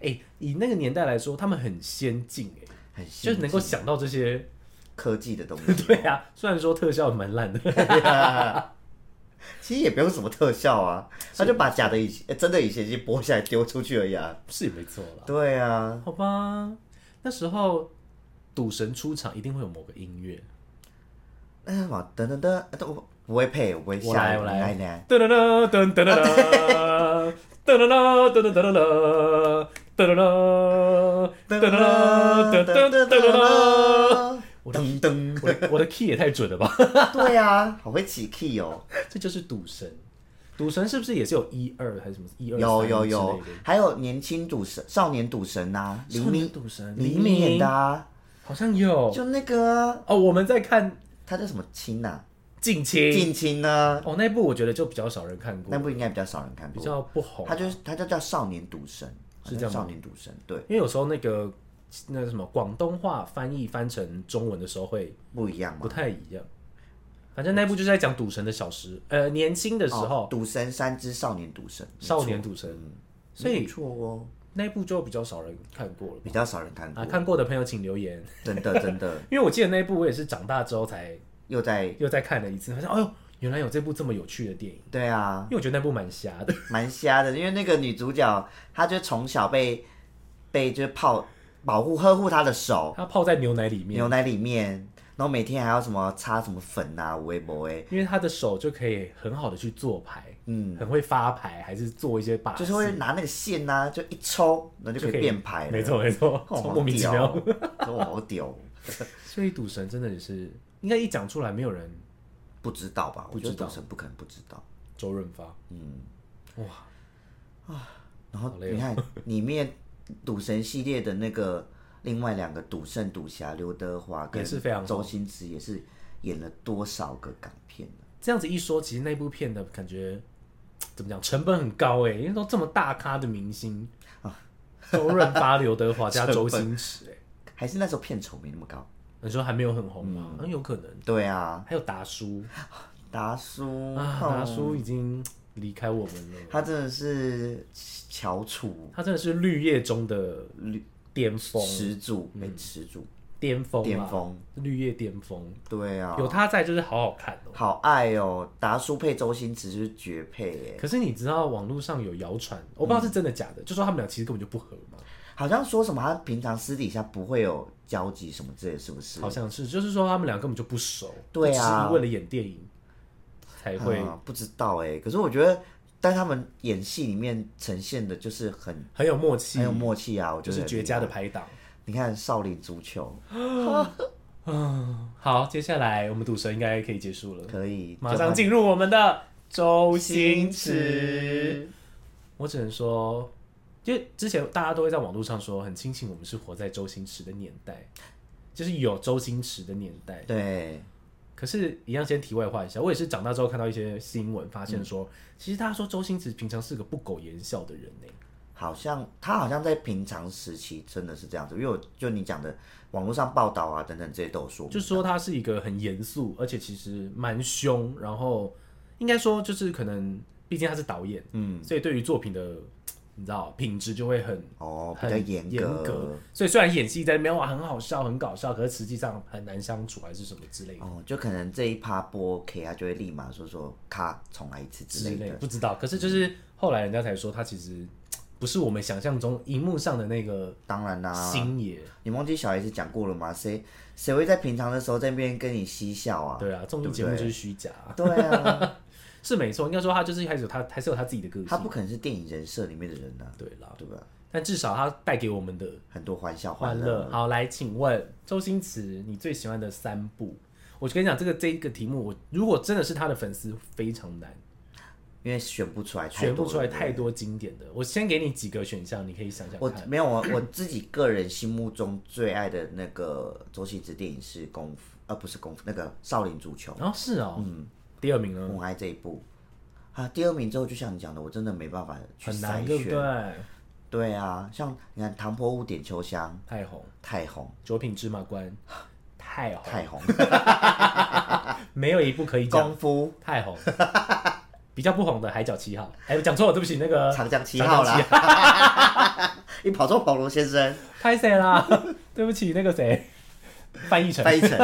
[SPEAKER 1] 哎，以那个年代来说，他们很先进，哎，
[SPEAKER 2] 很
[SPEAKER 1] 就
[SPEAKER 2] 新
[SPEAKER 1] 是能够想到这些。
[SPEAKER 2] 科技的东西。
[SPEAKER 1] 对啊，虽然说特效蛮烂的，
[SPEAKER 2] 其实也不用什么特效啊，他就把假的以呃真的以前已经剥下来丢出去而已啊。
[SPEAKER 1] 是也没错啦。
[SPEAKER 2] 对啊，
[SPEAKER 1] 好吧，那时候赌神出场一定会有某个音乐，
[SPEAKER 2] 那什么哎噔噔噔，呃我不会配，我不会
[SPEAKER 1] 我
[SPEAKER 2] 下，
[SPEAKER 1] 来我来
[SPEAKER 2] 你来，
[SPEAKER 1] 哦噔噔噔噔噔噔噔噔噔噔噔噔噔噔噔噔噔噔噔噔噔噔噔。我的
[SPEAKER 2] 噔噔，
[SPEAKER 1] 我的我的 key 也太准了吧！
[SPEAKER 2] 对啊，好会起 key 哦，
[SPEAKER 1] 这就是赌神，赌神是不是也是有一二还是什么一二
[SPEAKER 2] 有有有，还有年轻赌神、少年赌神呐，黎明
[SPEAKER 1] 赌神
[SPEAKER 2] 黎明演的啊，
[SPEAKER 1] 好像有
[SPEAKER 2] 就那个啊
[SPEAKER 1] 哦，我们在看
[SPEAKER 2] 他叫什么青呐，
[SPEAKER 1] 近亲
[SPEAKER 2] 近亲呢，
[SPEAKER 1] 哦那一部我觉得就比较少人看过
[SPEAKER 2] 那，部应该比较少人看
[SPEAKER 1] 比
[SPEAKER 2] 过，
[SPEAKER 1] 较不红
[SPEAKER 2] 他，就是他就叫少年赌神，
[SPEAKER 1] 是这样吗
[SPEAKER 2] 少年赌神，对，
[SPEAKER 1] 因为有时候那个那什么广东话翻译翻成中文的时候会
[SPEAKER 2] 不一样嘛
[SPEAKER 1] 不。太一样。反正那部就是在讲赌神的小时，呃，年轻的时候，
[SPEAKER 2] 哦赌神三只少年赌神，
[SPEAKER 1] 少年赌神，所
[SPEAKER 2] 没嗯
[SPEAKER 1] 以
[SPEAKER 2] 错哦，
[SPEAKER 1] 那一部就比较少人看过了
[SPEAKER 2] 比较少人看过
[SPEAKER 1] 啊。，看过的朋友请留言，
[SPEAKER 2] 真的真的
[SPEAKER 1] 因为我记得那一部我也是长大之后才
[SPEAKER 2] 又在
[SPEAKER 1] 又再看了一次，发现哎呦，原来有这部这么有趣的电影，
[SPEAKER 2] 对啊
[SPEAKER 1] 因，为我觉得那部蛮瞎的，
[SPEAKER 2] 蛮瞎的，因为那个女主角她就从小被被就是泡保护呵护她的手，
[SPEAKER 1] 它泡在牛奶里面，
[SPEAKER 2] 哦牛奶里面，然后每天还要什么擦什么粉啊，微博哎，
[SPEAKER 1] 因为他的手就可以很好的去做牌，
[SPEAKER 2] 嗯，
[SPEAKER 1] 很会发牌，还啊是做一些把戏，
[SPEAKER 2] 就是会拿那个线呐、啊，就一抽，然后就可以变牌了，
[SPEAKER 1] 没错没错，
[SPEAKER 2] 哦，
[SPEAKER 1] 超
[SPEAKER 2] 好
[SPEAKER 1] 莫名其
[SPEAKER 2] 屌
[SPEAKER 1] 妙。
[SPEAKER 2] 哦，我好屌哦，
[SPEAKER 1] 所以赌神真的也是，应该一讲出来没有人
[SPEAKER 2] 不知道吧？我觉得
[SPEAKER 1] 不知道
[SPEAKER 2] 赌神不可能不知道。
[SPEAKER 1] 周润发，嗯，哇，
[SPEAKER 2] 然后
[SPEAKER 1] 好累哦
[SPEAKER 2] 你看里面赌神系列的那个另外两个赌圣、赌侠刘德华跟
[SPEAKER 1] 也是非常红
[SPEAKER 2] 周星驰也是演了多少个港片呢？
[SPEAKER 1] 这样子一说，其实那部片的感觉怎么讲，成本很高哎，因为都这么大咖的明星啊，周润发、刘德华加
[SPEAKER 2] 成
[SPEAKER 1] 周
[SPEAKER 2] 本
[SPEAKER 1] 星驰哎。
[SPEAKER 2] 还是那时候片酬没那么高？
[SPEAKER 1] 你说还没有很红吗？
[SPEAKER 2] 嗯
[SPEAKER 1] 很有可能。
[SPEAKER 2] 对啊，
[SPEAKER 1] 还有达叔
[SPEAKER 2] 达叔
[SPEAKER 1] 啊，
[SPEAKER 2] 哦
[SPEAKER 1] 达叔已经离开我们了，
[SPEAKER 2] 他真的是翘楚
[SPEAKER 1] 他真的是绿叶中的绿巅峰，
[SPEAKER 2] 始祖，哎、始祖
[SPEAKER 1] 巅嗯峰啊，
[SPEAKER 2] 巅峰，
[SPEAKER 1] 绿叶巅峰。
[SPEAKER 2] 对啊，
[SPEAKER 1] 有他在就是好好看哦。
[SPEAKER 2] 好爱哦，达叔配周星驰就是绝配耶。
[SPEAKER 1] 可是你知道网络上有谣传，我不知道是真的假的，就说他们俩其实根本就不合嘛，
[SPEAKER 2] 好像说什么他平常私底下不会有交集什么之类的，是不是？
[SPEAKER 1] 好像是，就是说他们俩根本就不熟，
[SPEAKER 2] 对啊
[SPEAKER 1] 就只是为了演电影才会
[SPEAKER 2] 啊、不知道哎、可是我觉得，但他们演戏里面呈现的就是很
[SPEAKER 1] 很有默契
[SPEAKER 2] 很，有默契啊，我觉
[SPEAKER 1] 就
[SPEAKER 2] 得
[SPEAKER 1] 是
[SPEAKER 2] 很
[SPEAKER 1] 绝佳的拍档。
[SPEAKER 2] 你看少林足球
[SPEAKER 1] 嗯，好，接下来我们赌神应该可以结束了，
[SPEAKER 2] 可以，
[SPEAKER 1] 马上进入我们的周星驰。，我只能说，因为之前大家都会在网络上说，很庆幸我们是活在周星驰的年代，就是有周星驰的年代。
[SPEAKER 2] 对，
[SPEAKER 1] 可是，一样先题外话一下，我也是长大之后看到一些新闻，发现说，其实大家说周星驰平常是个不苟言笑的人呢、
[SPEAKER 2] 好像他好像在平常时期真的是这样子，因为我就你讲的网络上报道啊等等这些都有说，
[SPEAKER 1] 就说他是一个很严肃，而且其实蛮凶，然后应该说就是可能，毕竟他是导演，
[SPEAKER 2] 嗯，
[SPEAKER 1] 所以对于作品的你知道品质就会很
[SPEAKER 2] 哦，比
[SPEAKER 1] 很
[SPEAKER 2] 较严
[SPEAKER 1] 格所以虽然演戏在那边哇很好笑很搞笑，可是实际上很难相处还是什么之类的
[SPEAKER 2] 哦，就可能这一趴播 OK，他就会立马说说咔重来一次之
[SPEAKER 1] 之
[SPEAKER 2] 类
[SPEAKER 1] 类
[SPEAKER 2] 的。
[SPEAKER 1] 不知道。可是就是后来人家才说他其实不是我们想象中荧幕上的那个
[SPEAKER 2] 当然啦、
[SPEAKER 1] 星爷，
[SPEAKER 2] 你忘记小 S 讲过了吗？谁谁会在平常的时候在那边跟你嬉笑啊？
[SPEAKER 1] 对啊，综艺节目就是虚假，
[SPEAKER 2] 对 啊，
[SPEAKER 1] 是没错。应该说他就是还是有他还是有他自己的个
[SPEAKER 2] 他
[SPEAKER 1] 性，
[SPEAKER 2] 不可能是电影人设里面的人呐、
[SPEAKER 1] 对啦。
[SPEAKER 2] 对吧？
[SPEAKER 1] 但至少他带给我们的
[SPEAKER 2] 很多欢笑
[SPEAKER 1] 欢
[SPEAKER 2] 乐，
[SPEAKER 1] 乐。好，来，请问周星驰，你最喜欢的三部？我跟你讲，这个这一个题目，我如果真的是他的粉丝，非常难，
[SPEAKER 2] 因为选不出来太多
[SPEAKER 1] 选
[SPEAKER 2] 了，
[SPEAKER 1] 不出来太多经典的。我先给你几个选项，你可以想想
[SPEAKER 2] 我
[SPEAKER 1] 看。
[SPEAKER 2] 没有我我自己个人心目中最爱的那个周星驰电影是《功夫》，呃，不是《功夫》，那个《少林足球》，
[SPEAKER 1] 然后是哦，嗯，第二名呢，
[SPEAKER 2] 我爱这一部。啊，第二名之后，就像你讲的，我真的没办法去
[SPEAKER 1] 很
[SPEAKER 2] 筛
[SPEAKER 1] 难，对不
[SPEAKER 2] 选。
[SPEAKER 1] 对？
[SPEAKER 2] 对啊，像你看《唐伯虎点秋香》
[SPEAKER 1] 太红，
[SPEAKER 2] 太红，
[SPEAKER 1] 九品芝麻官，太红，
[SPEAKER 2] 太 红，
[SPEAKER 1] 没有一部可以讲
[SPEAKER 2] 功夫
[SPEAKER 1] 太 红。比较不红的《海角七号》，哎，我讲错了，对不起，那个
[SPEAKER 2] 长江七号啦， 你跑错保罗先生，
[SPEAKER 1] 拍谁啦？ 对不起，那个谁，翻译成
[SPEAKER 2] 翻译成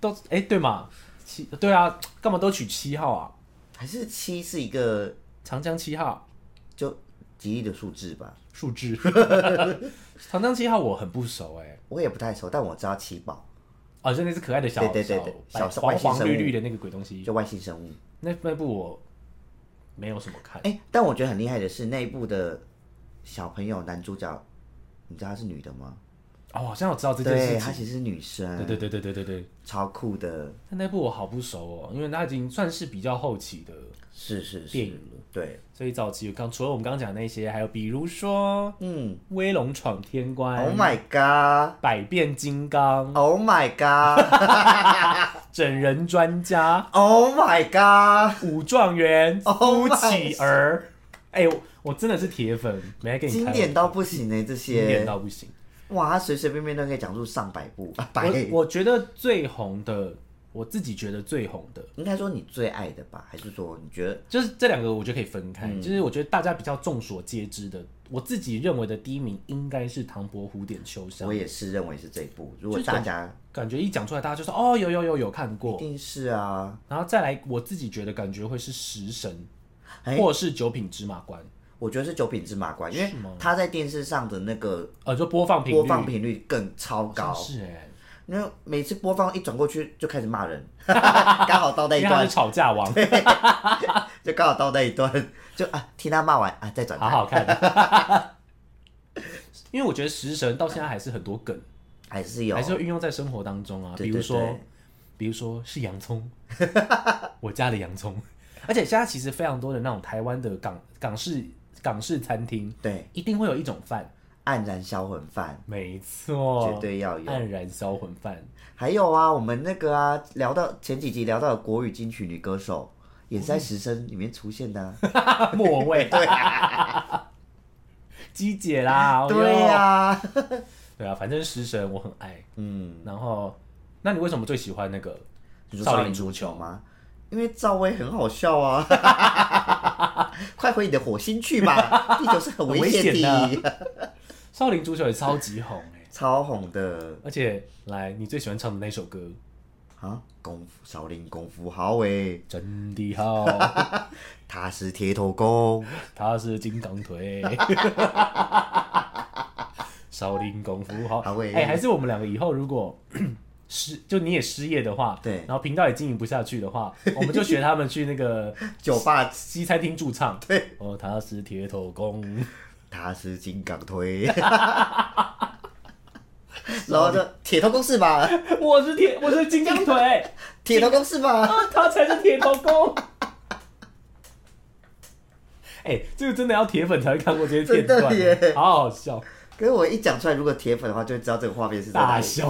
[SPEAKER 1] 都哎、对嘛，七对啊，干嘛都取七号啊？
[SPEAKER 2] 还是七是一个
[SPEAKER 1] 长江七号
[SPEAKER 2] 就吉利的数字吧，
[SPEAKER 1] 数字， 长江七号我很不熟哎、
[SPEAKER 2] 我也不太熟，但我知道七宝
[SPEAKER 1] 哦，就那只可爱的小
[SPEAKER 2] 对对对对
[SPEAKER 1] 小
[SPEAKER 2] 小
[SPEAKER 1] 白
[SPEAKER 2] 外
[SPEAKER 1] 黄
[SPEAKER 2] 星
[SPEAKER 1] 黄
[SPEAKER 2] 生物
[SPEAKER 1] 绿绿的那个鬼东西，
[SPEAKER 2] 就外星生物。
[SPEAKER 1] 那那部我没有什么看，
[SPEAKER 2] 哎、但我觉得很厉害的是那一部的小朋友男主角，你知道她是女的吗？
[SPEAKER 1] 哦，好像我知道这
[SPEAKER 2] 对，
[SPEAKER 1] 件事
[SPEAKER 2] 她
[SPEAKER 1] 情，
[SPEAKER 2] 其实是女生，
[SPEAKER 1] 对对对对对对对，
[SPEAKER 2] 超酷的，
[SPEAKER 1] 但那部我好不熟哦，因为它已经算是比较后期的
[SPEAKER 2] 是是
[SPEAKER 1] 电
[SPEAKER 2] 是，
[SPEAKER 1] 影了，
[SPEAKER 2] 对，
[SPEAKER 1] 所以早期刚除了我们刚刚讲的那些，还有比如说
[SPEAKER 2] 嗯
[SPEAKER 1] 《威龙闯天关》
[SPEAKER 2] ，Oh my god，Oh
[SPEAKER 1] 百变金刚》
[SPEAKER 2] my god，Oh
[SPEAKER 1] 整人专家。
[SPEAKER 2] Oh my god，
[SPEAKER 1] 武状元、
[SPEAKER 2] Oh
[SPEAKER 1] 苏乞儿，哎、我我真的是铁粉，没来跟你开
[SPEAKER 2] 经
[SPEAKER 1] 玩
[SPEAKER 2] 典到不行呢、欸这
[SPEAKER 1] 经典
[SPEAKER 2] 些，
[SPEAKER 1] 到不行。
[SPEAKER 2] 哇，他随随便便都可以讲出上百部，啊、百，
[SPEAKER 1] 我我觉得最红的，我自己觉得最红的，
[SPEAKER 2] 应该说你最爱的吧，还是说你觉得
[SPEAKER 1] 就是这两个，我觉得可以分开。
[SPEAKER 2] 嗯
[SPEAKER 1] 就是我觉得大家比较众所皆知的，我自己认为的第一名应该是《唐伯虎点秋香
[SPEAKER 2] 我》，也是认为是这一部，如果大家
[SPEAKER 1] 感觉一讲出来，大家就说哦，有有有有看
[SPEAKER 2] 一
[SPEAKER 1] 过。
[SPEAKER 2] 定是啊，
[SPEAKER 1] 然后再来，我自己觉得感觉会是《食神
[SPEAKER 2] 哎》
[SPEAKER 1] 或是《九品芝麻官》，
[SPEAKER 2] 我觉得是九品芝麻官，因为
[SPEAKER 1] 是吗
[SPEAKER 2] 他在电视上的那个
[SPEAKER 1] 呃，就播放频率
[SPEAKER 2] 播放频率更超
[SPEAKER 1] 好像
[SPEAKER 2] 高，
[SPEAKER 1] 是哎、
[SPEAKER 2] 因为每次播放一转过去就开始 骂人，刚好到那一
[SPEAKER 1] 因为他
[SPEAKER 2] 段
[SPEAKER 1] 是，吵架王。
[SPEAKER 2] 就刚好到那一段，就啊听他骂完啊再转
[SPEAKER 1] 好
[SPEAKER 2] 台，
[SPEAKER 1] 好看。 因为我觉得食神到现在还是很多梗，
[SPEAKER 2] 还是有
[SPEAKER 1] 还是会运用在生活当中啊，
[SPEAKER 2] 对
[SPEAKER 1] 比如说，
[SPEAKER 2] 对对
[SPEAKER 1] 比如说是洋葱， 我家的洋葱。 而且现在其实非常多的那种台湾的港港式港式餐厅，
[SPEAKER 2] 对
[SPEAKER 1] 一定会有一种饭，
[SPEAKER 2] 黯然销魂饭
[SPEAKER 1] 没错，
[SPEAKER 2] 绝对要有
[SPEAKER 1] 黯然销魂饭。
[SPEAKER 2] 还有啊，我们那个啊聊到前几集聊到的国语金曲女歌手，也是在《时生》里面出现的 啊、
[SPEAKER 1] 末位，对、 鸡姐啦，哎呦
[SPEAKER 2] 对呀、
[SPEAKER 1] 对啊，反正食神我很爱。
[SPEAKER 2] 嗯，
[SPEAKER 1] 然后，那你为什么最喜欢那个
[SPEAKER 2] 你说少林足球吗？因为赵薇很好笑啊！ 快回你的火星去吧， 地球是很危险
[SPEAKER 1] 很危
[SPEAKER 2] 的，
[SPEAKER 1] 少林足球也超级红哎、
[SPEAKER 2] 超红的
[SPEAKER 1] 而且来你最喜欢唱的那首歌
[SPEAKER 2] 啊！功夫少林功夫好诶，
[SPEAKER 1] 真的好，
[SPEAKER 2] 他是铁头功，
[SPEAKER 1] 他是金刚腿， 少林功夫好，
[SPEAKER 2] 好喂
[SPEAKER 1] 哎、还是我们两个以后如果 失就你也失业的话，
[SPEAKER 2] 对
[SPEAKER 1] 然后频道也经营不下去的 话，我们就学他们去那个
[SPEAKER 2] 酒吧
[SPEAKER 1] 西餐厅驻唱，
[SPEAKER 2] 对，
[SPEAKER 1] 哦，他是铁头 功，
[SPEAKER 2] 他是金刚腿， 然后就铁头功是吧？
[SPEAKER 1] 我是铁，我是金刚腿，
[SPEAKER 2] 铁头功是吧？
[SPEAKER 1] 他才是铁头功。 哎、这个真的要铁粉才会看过这些片
[SPEAKER 2] 真的
[SPEAKER 1] 段
[SPEAKER 2] 耶，
[SPEAKER 1] 好好笑，
[SPEAKER 2] 可是我一讲出来，如果铁粉的话，就会知道这个画面是在哪
[SPEAKER 1] 大
[SPEAKER 2] 里。
[SPEAKER 1] 笑。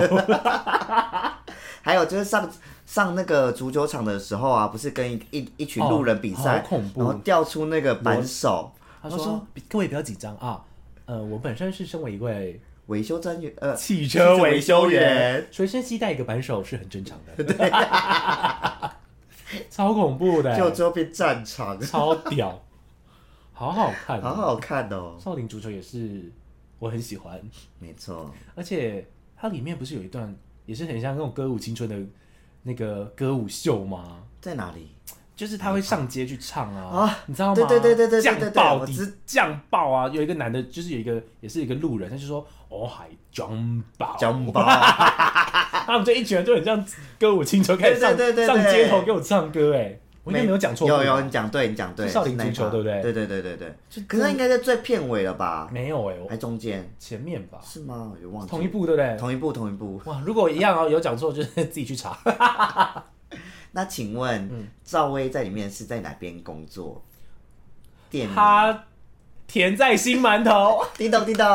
[SPEAKER 2] 还有就是上上那个足球场的时候啊，不是跟一一一群路人比赛，
[SPEAKER 1] 哦好恐怖
[SPEAKER 2] 然后掉出那个扳手，
[SPEAKER 1] 他
[SPEAKER 2] 然后
[SPEAKER 1] 说：“各位不要紧张啊，呃，我本身是身为一位
[SPEAKER 2] 维修专员，呃，
[SPEAKER 1] 汽车维修员
[SPEAKER 2] 员，
[SPEAKER 1] 随身携带一个扳手是很正常的。” 对，超恐怖 的、
[SPEAKER 2] 就最后变战场，
[SPEAKER 1] 超屌，好好看、
[SPEAKER 2] 好好看哦。
[SPEAKER 1] 少林足球也是我很喜欢，
[SPEAKER 2] 没错，
[SPEAKER 1] 而且它里面不是有一段也是很像那种歌舞青春的那个歌舞秀吗？
[SPEAKER 2] 在哪里？
[SPEAKER 1] 就是他会上街去唱啊，
[SPEAKER 2] 啊
[SPEAKER 1] 你知道吗？
[SPEAKER 2] 对对对对对对对
[SPEAKER 1] 酱爆
[SPEAKER 2] 我
[SPEAKER 1] 底
[SPEAKER 2] 知
[SPEAKER 1] 酱爆啊！有一个男的，就是有一个也是一个路人，他就说哦海酱爆，啊
[SPEAKER 2] 脚母包，
[SPEAKER 1] 他们就一群人就很像歌舞青春，开始上
[SPEAKER 2] 对对对对
[SPEAKER 1] 上
[SPEAKER 2] 对
[SPEAKER 1] 街头给我唱歌，哎， 我应该没有讲错吧，
[SPEAKER 2] 有有，你讲对，你讲对，
[SPEAKER 1] 是少林
[SPEAKER 2] 是那一
[SPEAKER 1] 足球
[SPEAKER 2] 趴
[SPEAKER 1] 对不对
[SPEAKER 2] 对对对对对
[SPEAKER 1] 就。
[SPEAKER 2] 可是那应该在最片尾了吧？
[SPEAKER 1] 没有哎，我
[SPEAKER 2] 还中间
[SPEAKER 1] 前面吧，
[SPEAKER 2] 是吗？我就忘记
[SPEAKER 1] 同一部对不对？
[SPEAKER 2] 同一部同一部。
[SPEAKER 1] 哇，如果一样哦，有讲错就是自己去 查。
[SPEAKER 2] 那
[SPEAKER 1] 嗯
[SPEAKER 2] 请问赵薇在里面是在哪边工作？店 名
[SPEAKER 1] 他甜在新馒头，
[SPEAKER 2] 叮咚叮 咚，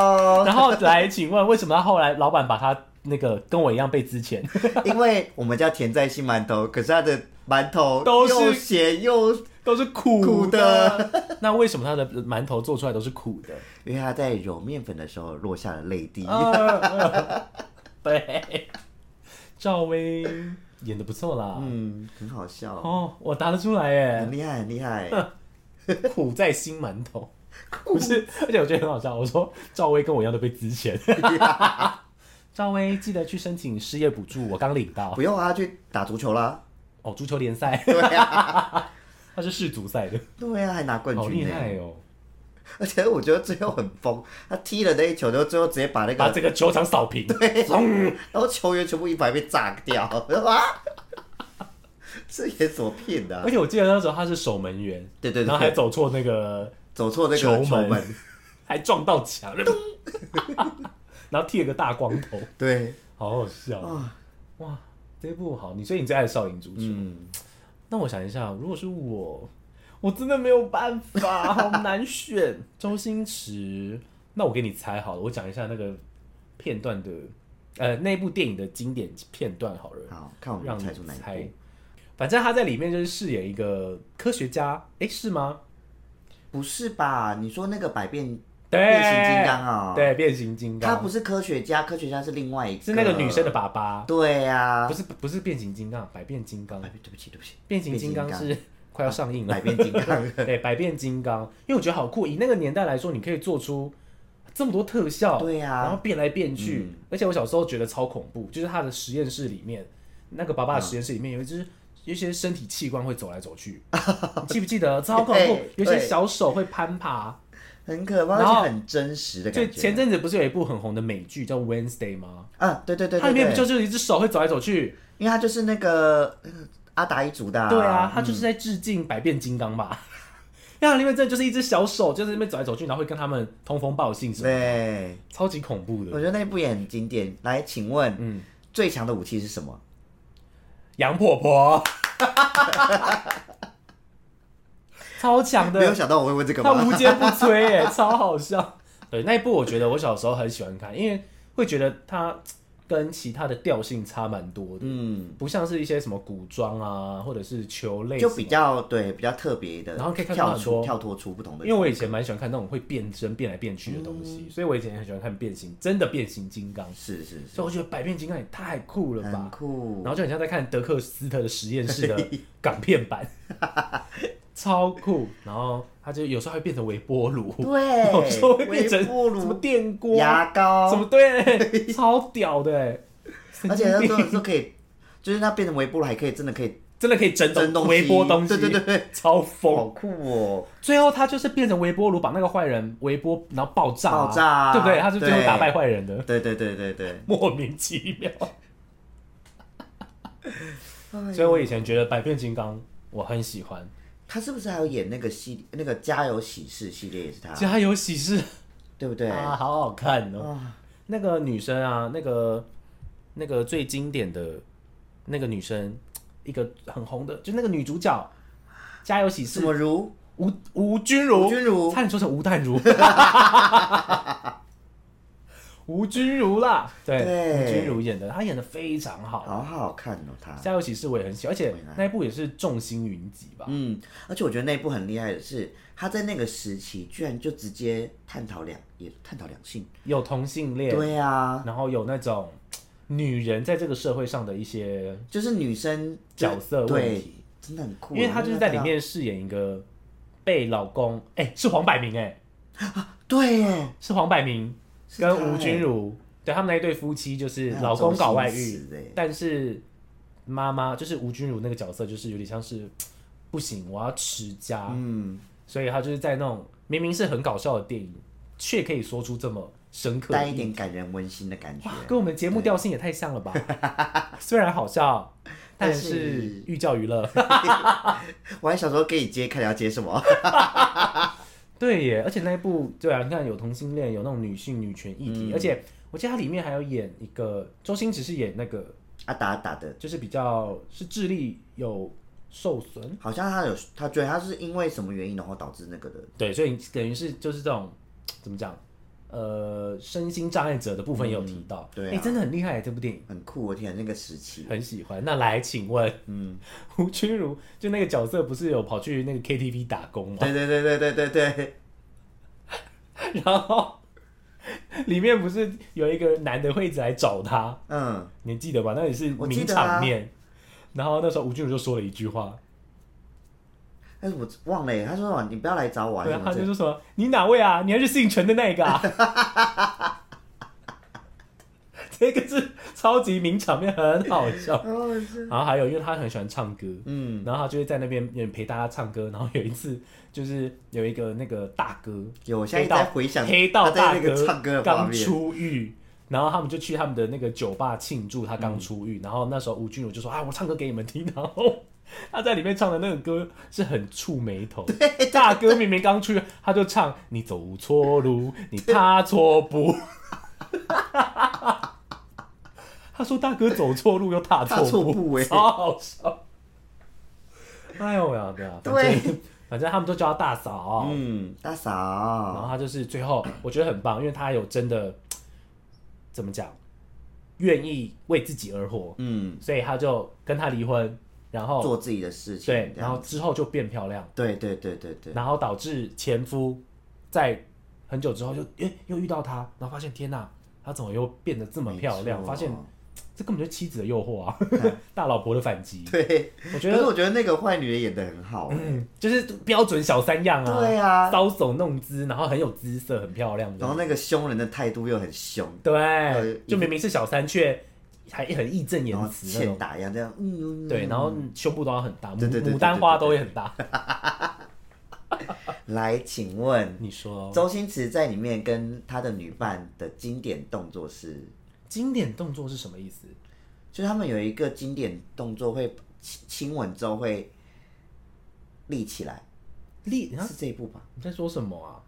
[SPEAKER 1] 然后来请问为什么他后来老板把他那个跟我一样被资遣？
[SPEAKER 2] 因为我们叫甜在新馒头，可是它的馒头
[SPEAKER 1] 都是
[SPEAKER 2] 又咸又，
[SPEAKER 1] 都是苦
[SPEAKER 2] 苦的。
[SPEAKER 1] 那为什么他的馒头做出来都是苦的？
[SPEAKER 2] 因为它在揉面粉的时候落下了泪滴。
[SPEAKER 1] 哦啊 对，赵薇演的不错啦。
[SPEAKER 2] 嗯，很好笑，
[SPEAKER 1] 哦，嗯我答得出来耶
[SPEAKER 2] 很！厉害，很厉害。
[SPEAKER 1] 苦在新馒头，不是？而且我觉得很好笑。我说赵薇跟我一样都被资 遣。赵薇记得去申请失业补助，我刚领到
[SPEAKER 2] 不用啊，去打足球啦。
[SPEAKER 1] 哦，足球联赛，
[SPEAKER 2] 对啊，
[SPEAKER 1] 它是世足赛的，
[SPEAKER 2] 对啊，还拿冠
[SPEAKER 1] 好厉
[SPEAKER 2] 军呢。
[SPEAKER 1] 害哦！
[SPEAKER 2] 而且我觉得最后很疯，他踢了那一球，然后最后直接把那
[SPEAKER 1] 把
[SPEAKER 2] 个，
[SPEAKER 1] 整个球场扫平，
[SPEAKER 2] 然后球员全部一排被炸掉。 我说啊，这也怎么骗的啊、
[SPEAKER 1] 而且我记得那时候他是守门员，
[SPEAKER 2] 对对对，
[SPEAKER 1] 然后还走错那个，
[SPEAKER 2] 走错那个
[SPEAKER 1] 球
[SPEAKER 2] 球
[SPEAKER 1] 门还撞到墙， 然后剃了个大光头，
[SPEAKER 2] 对，
[SPEAKER 1] 好好笑
[SPEAKER 2] 啊
[SPEAKER 1] 哇！这部好，你所以你最爱少林足球？
[SPEAKER 2] 嗯，
[SPEAKER 1] 那我想一下，如果是我，我真的没有办法，好难选。周星驰，那我给你猜好了，我讲一下那个片段的，呃，那部电影的经典片段好了。
[SPEAKER 2] 好看我
[SPEAKER 1] 让
[SPEAKER 2] 们
[SPEAKER 1] 你
[SPEAKER 2] 猜出哪一
[SPEAKER 1] 猜
[SPEAKER 2] 部。。
[SPEAKER 1] 反正他在里面就是饰演一个科学家，诶，是吗？
[SPEAKER 2] 不是吧？你说那个百变
[SPEAKER 1] 对，
[SPEAKER 2] 变形金刚啊、
[SPEAKER 1] 对，变形金
[SPEAKER 2] 他
[SPEAKER 1] 刚，
[SPEAKER 2] 不是科学家，科学家是另外一个，
[SPEAKER 1] 是那个女生的。爸爸，
[SPEAKER 2] 对呀、
[SPEAKER 1] 不是不是变形金刚，百变金刚
[SPEAKER 2] 百，变，对不起，对不起，
[SPEAKER 1] 变形金刚是 快要上映了
[SPEAKER 2] 百，变金刚。
[SPEAKER 1] 对，百变金刚，因为我觉得好酷，以那个年代来说，你可以做出这么多特效，
[SPEAKER 2] 对呀嗯
[SPEAKER 1] 然后变来变去，而且我小时候觉得超恐怖，就是他的实验室里面，那个爸
[SPEAKER 2] 嗯
[SPEAKER 1] 爸的实验室里面有一只。有一些身体器官会走来走去， 你记不记得？超恐怖
[SPEAKER 2] 对！
[SPEAKER 1] 有一些
[SPEAKER 2] 对
[SPEAKER 1] 小手会攀爬。
[SPEAKER 2] 很可怕，而
[SPEAKER 1] 然后
[SPEAKER 2] 且很真实的
[SPEAKER 1] 就
[SPEAKER 2] 感觉。
[SPEAKER 1] 前阵子不是有一部很红的美剧叫《Wednesday》吗？
[SPEAKER 2] 啊，对对对
[SPEAKER 1] 它
[SPEAKER 2] 对
[SPEAKER 1] 里面
[SPEAKER 2] 对，
[SPEAKER 1] 不就是有一只手会走来走去？
[SPEAKER 2] 因为他就是那个那个阿达一族的、
[SPEAKER 1] 对啊，，它
[SPEAKER 2] 嗯
[SPEAKER 1] 就是在致敬百变金刚吧。 那它里面真的就是一只小手，就是在那边走来走去，然后会跟他们通风报信什么的，
[SPEAKER 2] 对，
[SPEAKER 1] 超级恐怖
[SPEAKER 2] 我
[SPEAKER 1] 的。
[SPEAKER 2] 觉得那部也很经典。来，请问，
[SPEAKER 1] 嗯
[SPEAKER 2] 最强的武器是什么？
[SPEAKER 1] 杨婆婆， 超强
[SPEAKER 2] 没有
[SPEAKER 1] 的，
[SPEAKER 2] 想到我会问这个
[SPEAKER 1] 她
[SPEAKER 2] 吗？
[SPEAKER 1] 无坚不摧耶， 超好笑。对，那一部我觉得我小时候很喜欢看，因为会觉得它跟其他的调性差蛮多的。
[SPEAKER 2] 嗯，
[SPEAKER 1] 不像是一些什么古装啊，或者是球类什
[SPEAKER 2] 就
[SPEAKER 1] 么，
[SPEAKER 2] 比较对比较特别的，
[SPEAKER 1] 然后可以看到
[SPEAKER 2] 跳
[SPEAKER 1] 很
[SPEAKER 2] 出
[SPEAKER 1] 多
[SPEAKER 2] 跳脱出不同的
[SPEAKER 1] 因为我以前蛮喜欢看那种会变身、变来变去的东
[SPEAKER 2] 嗯
[SPEAKER 1] 西，所以我以前也很喜欢看变形，真的变形金刚。
[SPEAKER 2] 是是是，
[SPEAKER 1] 所以我觉得百变金刚也太酷了
[SPEAKER 2] 很
[SPEAKER 1] 吧！
[SPEAKER 2] 酷
[SPEAKER 1] 然。后就很像在看德克斯特的实验室的 港片版，超酷。然后它就有时候还会变成微波炉，有时候会
[SPEAKER 2] 对，
[SPEAKER 1] 变成
[SPEAKER 2] 微波
[SPEAKER 1] 什么
[SPEAKER 2] 炉、
[SPEAKER 1] 电锅，啊
[SPEAKER 2] 牙
[SPEAKER 1] 什
[SPEAKER 2] 膏，
[SPEAKER 1] 么对，超屌的欸，
[SPEAKER 2] 而且它
[SPEAKER 1] 神经
[SPEAKER 2] 真
[SPEAKER 1] 病
[SPEAKER 2] 的是可以，就是它变成微波炉还可以，真的可以，
[SPEAKER 1] 真的可以整
[SPEAKER 2] 蒸东
[SPEAKER 1] 种
[SPEAKER 2] 西
[SPEAKER 1] 微波东西，
[SPEAKER 2] 对对对对，
[SPEAKER 1] 超疯。
[SPEAKER 2] 好酷哦！
[SPEAKER 1] 最后他就是变成微波炉，把那个坏人微波，然后爆炸啊、
[SPEAKER 2] 爆炸啊
[SPEAKER 1] 对不对？他是最后
[SPEAKER 2] 对
[SPEAKER 1] 打败坏人的，
[SPEAKER 2] 对对对对对，
[SPEAKER 1] 莫名其妙。
[SPEAKER 2] 哎
[SPEAKER 1] 所以我以前觉得百变金刚我很喜欢，
[SPEAKER 2] 他是不是还有演那个系那个家有喜事系列也是他，
[SPEAKER 1] 家有喜事
[SPEAKER 2] 对不对？
[SPEAKER 1] 啊，好好看哦。
[SPEAKER 2] 啊，
[SPEAKER 1] 那个女生啊，那个那个最经典的那个女生，一个很红的，就那个女主角，家有喜
[SPEAKER 2] 什
[SPEAKER 1] 事
[SPEAKER 2] 么如
[SPEAKER 1] 吴吴君如，
[SPEAKER 2] 吴君如
[SPEAKER 1] 差点说成吴淡 如，吴君如啦，对，
[SPEAKER 2] 对
[SPEAKER 1] 吴君如演的，她演的非常好，
[SPEAKER 2] 好好看哦，他
[SPEAKER 1] 《家有喜事》我也很喜欢，而且
[SPEAKER 2] 我也爱
[SPEAKER 1] 那一部也是众星云集吧，
[SPEAKER 2] 嗯，而且我觉得那一部很厉害的是，他在那个时期居然就直接探讨两也探讨两性，
[SPEAKER 1] 有同性恋，
[SPEAKER 2] 对啊，
[SPEAKER 1] 然后有那种女人在这个社会上的一些
[SPEAKER 2] 就是女生
[SPEAKER 1] 角色问
[SPEAKER 2] 对
[SPEAKER 1] 题，，
[SPEAKER 2] 真的很酷，啊
[SPEAKER 1] 因为她就是在里面饰演一个被老公，哎、是黄百鸣，哎，
[SPEAKER 2] 对耶，
[SPEAKER 1] 是黄百鸣
[SPEAKER 2] 是她
[SPEAKER 1] 跟吴君如，对他们那一对夫妻就是
[SPEAKER 2] 她有
[SPEAKER 1] 老公搞外
[SPEAKER 2] 周星
[SPEAKER 1] 遇，
[SPEAKER 2] 驰耶，
[SPEAKER 1] 但是妈妈就是吴君如那个角色，就是有点像是不行，我要持家，
[SPEAKER 2] 嗯，
[SPEAKER 1] 所以她就是在那种明明是很搞笑的电影，却可以说出这么深刻
[SPEAKER 2] 带
[SPEAKER 1] 的
[SPEAKER 2] 一点感人温馨的感觉
[SPEAKER 1] 哇，，跟我们节目调性也太像了吧！ 虽然好笑，但
[SPEAKER 2] 但
[SPEAKER 1] 是
[SPEAKER 2] 是
[SPEAKER 1] 寓教于乐。
[SPEAKER 2] 我还想说给你接看你要接什么，
[SPEAKER 1] 对耶，而且那一部对啊，你看有同性恋，有那种女性女权议题，而且我记得它里面还有演一个周星驰是演那个，
[SPEAKER 2] 阿达啊打的，
[SPEAKER 1] 就是比较是智力有受损，
[SPEAKER 2] 好像他有他觉得他是因为什么原因然后导致那个的，
[SPEAKER 1] 对，所以等于是就是这种怎么讲，呃，身心障碍者的部分也有提到，
[SPEAKER 2] 对啊
[SPEAKER 1] 哎、真的很厉害耶这部电影。
[SPEAKER 2] 很酷，我天，那个时期，
[SPEAKER 1] 很喜欢，那来，请问， 嗯，胡君如就那个角色不是有跑去那个 KTV 打工吗？
[SPEAKER 2] 对对对对对对对，
[SPEAKER 1] 然后里面不是有一个男的会一直来找他，
[SPEAKER 2] 嗯，
[SPEAKER 1] 你记得吧？那也是
[SPEAKER 2] 我
[SPEAKER 1] 名
[SPEAKER 2] 记得啊
[SPEAKER 1] 场面。然后那时候吴君如就说了一句话，
[SPEAKER 2] 但是我忘了耶，他说什么你不要来找我啊，
[SPEAKER 1] 对
[SPEAKER 2] 还是
[SPEAKER 1] 啊
[SPEAKER 2] 什，
[SPEAKER 1] 他
[SPEAKER 2] 么之
[SPEAKER 1] 就
[SPEAKER 2] 类的
[SPEAKER 1] 说什么你哪位啊？你还是姓陈的那个啊？ 这个是超级名场面，很好 笑。
[SPEAKER 2] 哦是，
[SPEAKER 1] 然后还有，因为他很喜欢唱歌，
[SPEAKER 2] 嗯。
[SPEAKER 1] 然后他就会在那边也陪大家唱歌。然后有一次，就是有一个那个大哥，
[SPEAKER 2] 有，我
[SPEAKER 1] 黑
[SPEAKER 2] 现在一直
[SPEAKER 1] 道
[SPEAKER 2] 在回想
[SPEAKER 1] 黑道
[SPEAKER 2] 他
[SPEAKER 1] 大
[SPEAKER 2] 在那个唱歌的画
[SPEAKER 1] 刚
[SPEAKER 2] 面，
[SPEAKER 1] 出狱，然后他们就去他们的那个酒吧庆祝他刚出狱。然后那时候吴君如就说：“啊，我唱歌给你们听。”然后他在里面唱的那个歌是很触眉 头，大哥明明刚出狱，他就唱：“你走错路，你踏错步。” 他说：“大哥走错路又踏
[SPEAKER 2] 踏
[SPEAKER 1] 错
[SPEAKER 2] 错
[SPEAKER 1] 步，
[SPEAKER 2] 步哎、
[SPEAKER 1] 超好笑。”哎呦呀，对啊，反
[SPEAKER 2] 对
[SPEAKER 1] 正 反正他们都叫他大嫂。
[SPEAKER 2] 嗯，大
[SPEAKER 1] 然
[SPEAKER 2] 嫂，
[SPEAKER 1] 后他就是最后，我觉得很棒，因为他有真的怎么讲，愿意为自己而活，
[SPEAKER 2] 嗯，
[SPEAKER 1] 所以他就跟他离婚，然后
[SPEAKER 2] 做自己的事情，
[SPEAKER 1] 对，
[SPEAKER 2] 这
[SPEAKER 1] 然
[SPEAKER 2] 样
[SPEAKER 1] 后之后就变漂亮，
[SPEAKER 2] 对对对对对，
[SPEAKER 1] 然后导致前夫在很久之后就诶又遇到她，然后发现天呐，她怎么又变得这么漂亮？
[SPEAKER 2] 没错
[SPEAKER 1] 发现这根本就是妻子的诱惑啊， 大老婆的反击。
[SPEAKER 2] 对，
[SPEAKER 1] 我觉
[SPEAKER 2] 可是
[SPEAKER 1] 得
[SPEAKER 2] 我觉得那个坏女人演的很好、欸
[SPEAKER 1] 嗯，就是标准小三样啊，
[SPEAKER 2] 对啊
[SPEAKER 1] 搔首弄姿，然后很有姿色，很漂亮这样。
[SPEAKER 2] 然后那个凶人的态度又很凶，
[SPEAKER 1] 对，就明明是小三，却还很义正言
[SPEAKER 2] 然后
[SPEAKER 1] 辞那
[SPEAKER 2] 欠
[SPEAKER 1] 种。
[SPEAKER 2] 打一样这样，嗯，嗯
[SPEAKER 1] 对，然后胸部都要很大，牡
[SPEAKER 2] 对对对对
[SPEAKER 1] 牡丹花都会很大。
[SPEAKER 2] 来，请问
[SPEAKER 1] 你说
[SPEAKER 2] 周星驰在里面跟他的女伴的经典动作是，
[SPEAKER 1] 经典动作是什么意思？
[SPEAKER 2] 就是他们有一个经典动作会亲亲吻之后会立起来，
[SPEAKER 1] 立啊
[SPEAKER 2] 是这一部吧？
[SPEAKER 1] 你在说什么啊？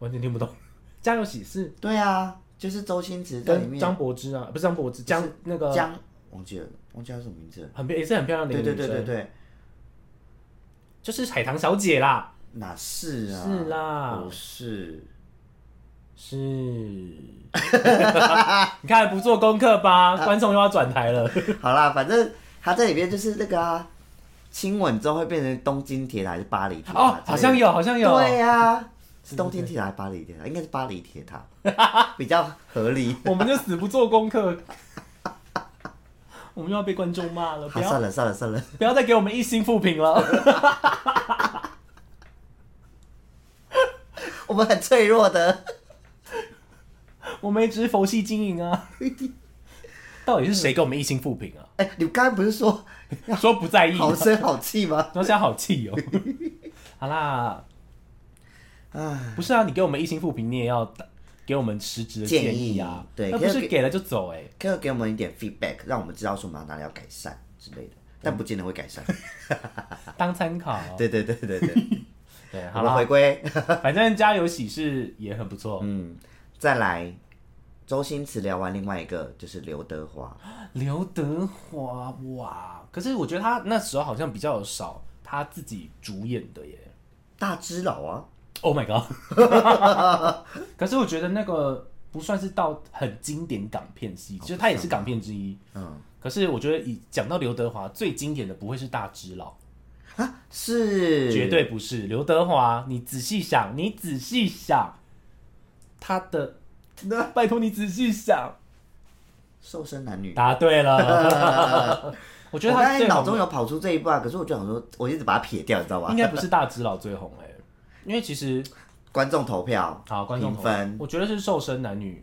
[SPEAKER 1] 完全听不懂。 家有喜事
[SPEAKER 2] 对啊，就是周星驰在里
[SPEAKER 1] 跟
[SPEAKER 2] 面，
[SPEAKER 1] 张柏芝啊，不是张柏芝，江那个
[SPEAKER 2] 江忘记了，忘记他什么名字了。
[SPEAKER 1] 很漂也是很漂亮的一
[SPEAKER 2] 对
[SPEAKER 1] 个
[SPEAKER 2] 对
[SPEAKER 1] 女
[SPEAKER 2] 对对
[SPEAKER 1] 生，
[SPEAKER 2] 对，
[SPEAKER 1] 就是海棠小姐啦。
[SPEAKER 2] 哪是啊？
[SPEAKER 1] 是啦
[SPEAKER 2] 不是。
[SPEAKER 1] 是，你看不做功课吧，观众又要转台了。
[SPEAKER 2] 好啦，反正他在里面就是那个啊，亲吻之后会变成东京铁塔还是巴黎铁塔之类
[SPEAKER 1] 哦
[SPEAKER 2] 的？，
[SPEAKER 1] 好像有，好像有。
[SPEAKER 2] 啊对呀、啊，是东京铁塔还是巴黎铁塔？应该是巴黎铁塔， 比较合理。
[SPEAKER 1] 我们就死不做功课， 我们又要被观众骂了，不
[SPEAKER 2] 好，
[SPEAKER 1] 要
[SPEAKER 2] 算了算了算了，
[SPEAKER 1] 不要再给我们一星负评了。
[SPEAKER 2] 我们很脆弱的。
[SPEAKER 1] 我们也只是佛系经营 啊。到底是谁给我们一星负评啊？
[SPEAKER 2] 哎、你刚刚不是说
[SPEAKER 1] 说不在意，然
[SPEAKER 2] 嗯好
[SPEAKER 1] 后
[SPEAKER 2] 声好气吗？
[SPEAKER 1] 现在好气 哦。好啦，
[SPEAKER 2] 啊，
[SPEAKER 1] 不是啊，你给我们一星负评，你也要给我们实质的建议啊。
[SPEAKER 2] 建议对
[SPEAKER 1] 那不
[SPEAKER 2] 可以
[SPEAKER 1] 是
[SPEAKER 2] 给
[SPEAKER 1] 给了就走哎、
[SPEAKER 2] 可以给我们一点 feedback，让我们知道说我们哪里要改善之类的，但不见得会改善。
[SPEAKER 1] 当参考。
[SPEAKER 2] 对对对 对对，
[SPEAKER 1] 对，
[SPEAKER 2] 我
[SPEAKER 1] 哦好
[SPEAKER 2] 们
[SPEAKER 1] 啦
[SPEAKER 2] 回，归。
[SPEAKER 1] 反正家有喜事也很不错。
[SPEAKER 2] 嗯，再来，周星驰聊完另外一个就是刘德华，
[SPEAKER 1] 刘德华哇，可是我觉得他那时候好像比较少他自己主演的耶。
[SPEAKER 2] 大只佬啊，
[SPEAKER 1] Oh my god！可是我觉得那个不算是到很经典港片系，就是它也是港片之一。
[SPEAKER 2] 嗯
[SPEAKER 1] 可是我觉得以讲到刘德华最经典的不会是大只佬，
[SPEAKER 2] 啊是
[SPEAKER 1] 绝对不是刘德华。你仔细想，你仔细想，他的 那拜托你仔细想，
[SPEAKER 2] 瘦身男女。
[SPEAKER 1] 答对了。 我觉得
[SPEAKER 2] 我刚
[SPEAKER 1] 他
[SPEAKER 2] 才
[SPEAKER 1] 最
[SPEAKER 2] 脑
[SPEAKER 1] 红
[SPEAKER 2] 中有跑出这一步啊，可是我就想说，我一直把它撇掉，你知道吧
[SPEAKER 1] 应？该不是大只佬最红哎、因为其实
[SPEAKER 2] 观众投票，
[SPEAKER 1] 好观众
[SPEAKER 2] 评分，
[SPEAKER 1] 我觉得是瘦身男女，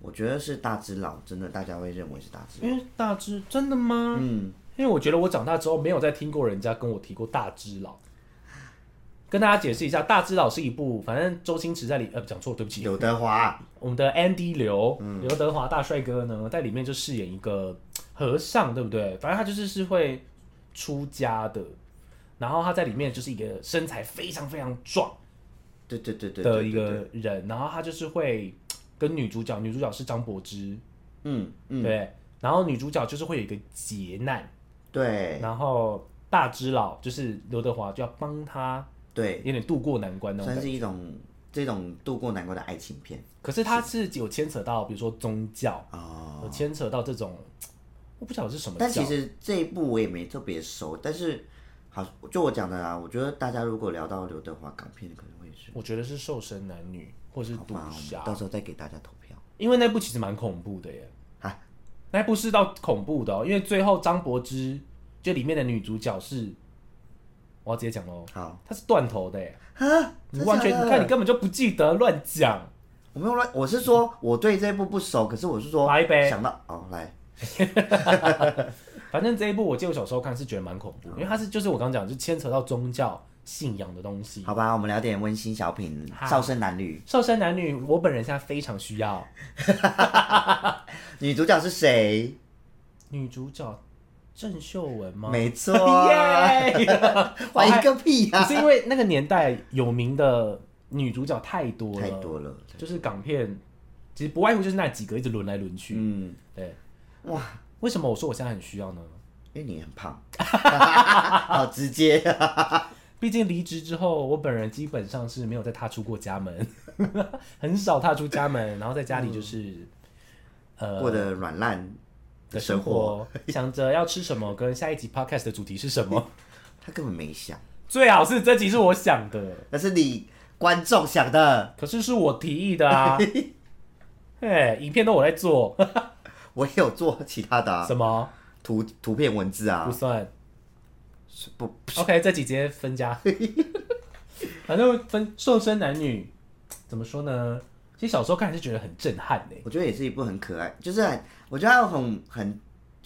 [SPEAKER 2] 我觉得是大只佬，真的大家会认为是大只佬。
[SPEAKER 1] 因为大只真的吗？
[SPEAKER 2] 嗯，
[SPEAKER 1] 因为我觉得我长大之后没有再听过人家跟我提过大只佬。跟大家解释一下，《大只佬》是一部，反正周星驰在里，呃，讲错，对不起，
[SPEAKER 2] 刘德华，啊
[SPEAKER 1] 我们的 Andy 刘，刘德华大帅哥呢，在里面就饰演一个和尚，对不对？反正他就是是会出家的，然后他在里面就是一个身材非常非常壮
[SPEAKER 2] 对对对对
[SPEAKER 1] 的
[SPEAKER 2] 对
[SPEAKER 1] 一
[SPEAKER 2] 对对，
[SPEAKER 1] 个人，然后他就是会跟女主角，女主角是张柏芝，
[SPEAKER 2] 嗯嗯，
[SPEAKER 1] 对，然后女主角就是会有一个劫难，
[SPEAKER 2] 对
[SPEAKER 1] 然后大只佬就是刘德华就要帮他，
[SPEAKER 2] 对，
[SPEAKER 1] 有点渡过难关那种
[SPEAKER 2] 算
[SPEAKER 1] 感觉。
[SPEAKER 2] 是一种这种度过难关的爱情片
[SPEAKER 1] 可是他是有牵扯到，比如说宗教，
[SPEAKER 2] 哦。
[SPEAKER 1] 有牵扯到这种，我不晓得是什么
[SPEAKER 2] 但
[SPEAKER 1] 教
[SPEAKER 2] 其。实这一部我也没特别熟，但是好，就我讲的啊，我觉得大家如果聊到刘德华港片，可能会是
[SPEAKER 1] 我觉得是瘦身男女或是
[SPEAKER 2] 好
[SPEAKER 1] 赌
[SPEAKER 2] 吧，我
[SPEAKER 1] 侠
[SPEAKER 2] 们，到时候再给大家投票。
[SPEAKER 1] 因为那部其实蛮恐怖的耶。
[SPEAKER 2] 啊，
[SPEAKER 1] 那部是到恐怖的、哦，因为最后张柏芝就里面的女主角是，我要直接讲喽，
[SPEAKER 2] 好
[SPEAKER 1] 她是断头的耶。
[SPEAKER 2] 啊，
[SPEAKER 1] 你完全
[SPEAKER 2] 真
[SPEAKER 1] 你
[SPEAKER 2] 的
[SPEAKER 1] 看你根本就不记得，乱讲。
[SPEAKER 2] 我没有乱，我是说我对这部不熟，可是我是说
[SPEAKER 1] 来呗
[SPEAKER 2] 想到哦来，
[SPEAKER 1] 反正这一部我记得我小时候看是觉得蛮恐怖，因为它是就是我刚讲，就牵扯到宗教信仰的东西。
[SPEAKER 2] 好吧，我们聊点温馨小品
[SPEAKER 1] 好
[SPEAKER 2] 《少生男女
[SPEAKER 1] 瘦身男女，我本人现在非常需要。》，
[SPEAKER 2] 女主角是谁？
[SPEAKER 1] 女主角郑秀文吗？
[SPEAKER 2] 没错，
[SPEAKER 1] 耶！
[SPEAKER 2] 怀疑个屁啊
[SPEAKER 1] 可
[SPEAKER 2] 呀，
[SPEAKER 1] 是因为那个年代有名的女主角太多了，
[SPEAKER 2] 太多了，
[SPEAKER 1] 就是港片其实不外乎就是那几个一直轮来轮去。
[SPEAKER 2] 嗯，
[SPEAKER 1] 对，
[SPEAKER 2] 哇，
[SPEAKER 1] 为什么我说我现在很需要呢？
[SPEAKER 2] 因为你很胖， 好直接。
[SPEAKER 1] 毕竟离职之后，我本人基本上是没有再踏出过家门， 很少踏出家门，然后在家里就是、呃
[SPEAKER 2] 过得软烂
[SPEAKER 1] 的
[SPEAKER 2] 的
[SPEAKER 1] 生
[SPEAKER 2] 嗯生活，
[SPEAKER 1] 活，想着要吃什么，跟下一集 podcast 的主题是什么。
[SPEAKER 2] 他根本没想，
[SPEAKER 1] 最好是这集是我想的，
[SPEAKER 2] 那是你观众想的。
[SPEAKER 1] 可是是我提议的 啊。哎，影片都我在做，
[SPEAKER 2] 我也有做其他的、啊、
[SPEAKER 1] 什么
[SPEAKER 2] 图图片、文字
[SPEAKER 1] 不
[SPEAKER 2] 啊，
[SPEAKER 1] 算
[SPEAKER 2] 不
[SPEAKER 1] ？OK，这集直接分 家。反正分瘦身男女怎么说呢？其实小时候看还是觉得很震撼呢、
[SPEAKER 2] 我觉得也是一部很可爱，就是很，我觉得它很很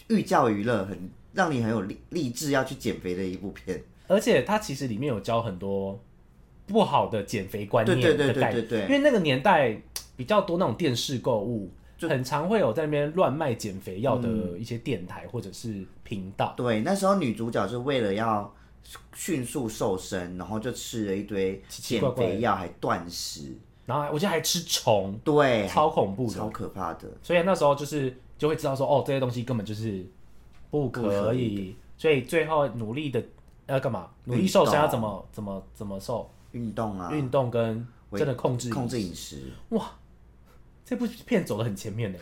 [SPEAKER 2] 寓教于乐，很让你很有励励志要去减肥的一部片。
[SPEAKER 1] 而且它其实里面有教很多不好的减肥观念
[SPEAKER 2] 对对
[SPEAKER 1] 的
[SPEAKER 2] 对
[SPEAKER 1] 概
[SPEAKER 2] 对
[SPEAKER 1] 念，
[SPEAKER 2] 对对
[SPEAKER 1] 因为那个年代比较多那种电视购物，很常会有在那边乱卖减肥药的一些电台或者是频道。
[SPEAKER 2] 对，那时候女主角是为了要迅速瘦身，然后就吃了一堆
[SPEAKER 1] 奇奇怪
[SPEAKER 2] 减
[SPEAKER 1] 怪的
[SPEAKER 2] 肥药，还断食，
[SPEAKER 1] 然后还我记得还吃虫，
[SPEAKER 2] 对，
[SPEAKER 1] 超恐怖的。
[SPEAKER 2] 超可怕的。
[SPEAKER 1] 所以那时候就是就会知道说，哦，这些东西根本就是不可以。所以最后努力的要干嘛？努力瘦身要怎么怎么怎么瘦？
[SPEAKER 2] 运动啊，
[SPEAKER 1] 运动跟真的控制
[SPEAKER 2] 控
[SPEAKER 1] 饮
[SPEAKER 2] 制
[SPEAKER 1] 食
[SPEAKER 2] 饮食，
[SPEAKER 1] 这部片走的很前面呢。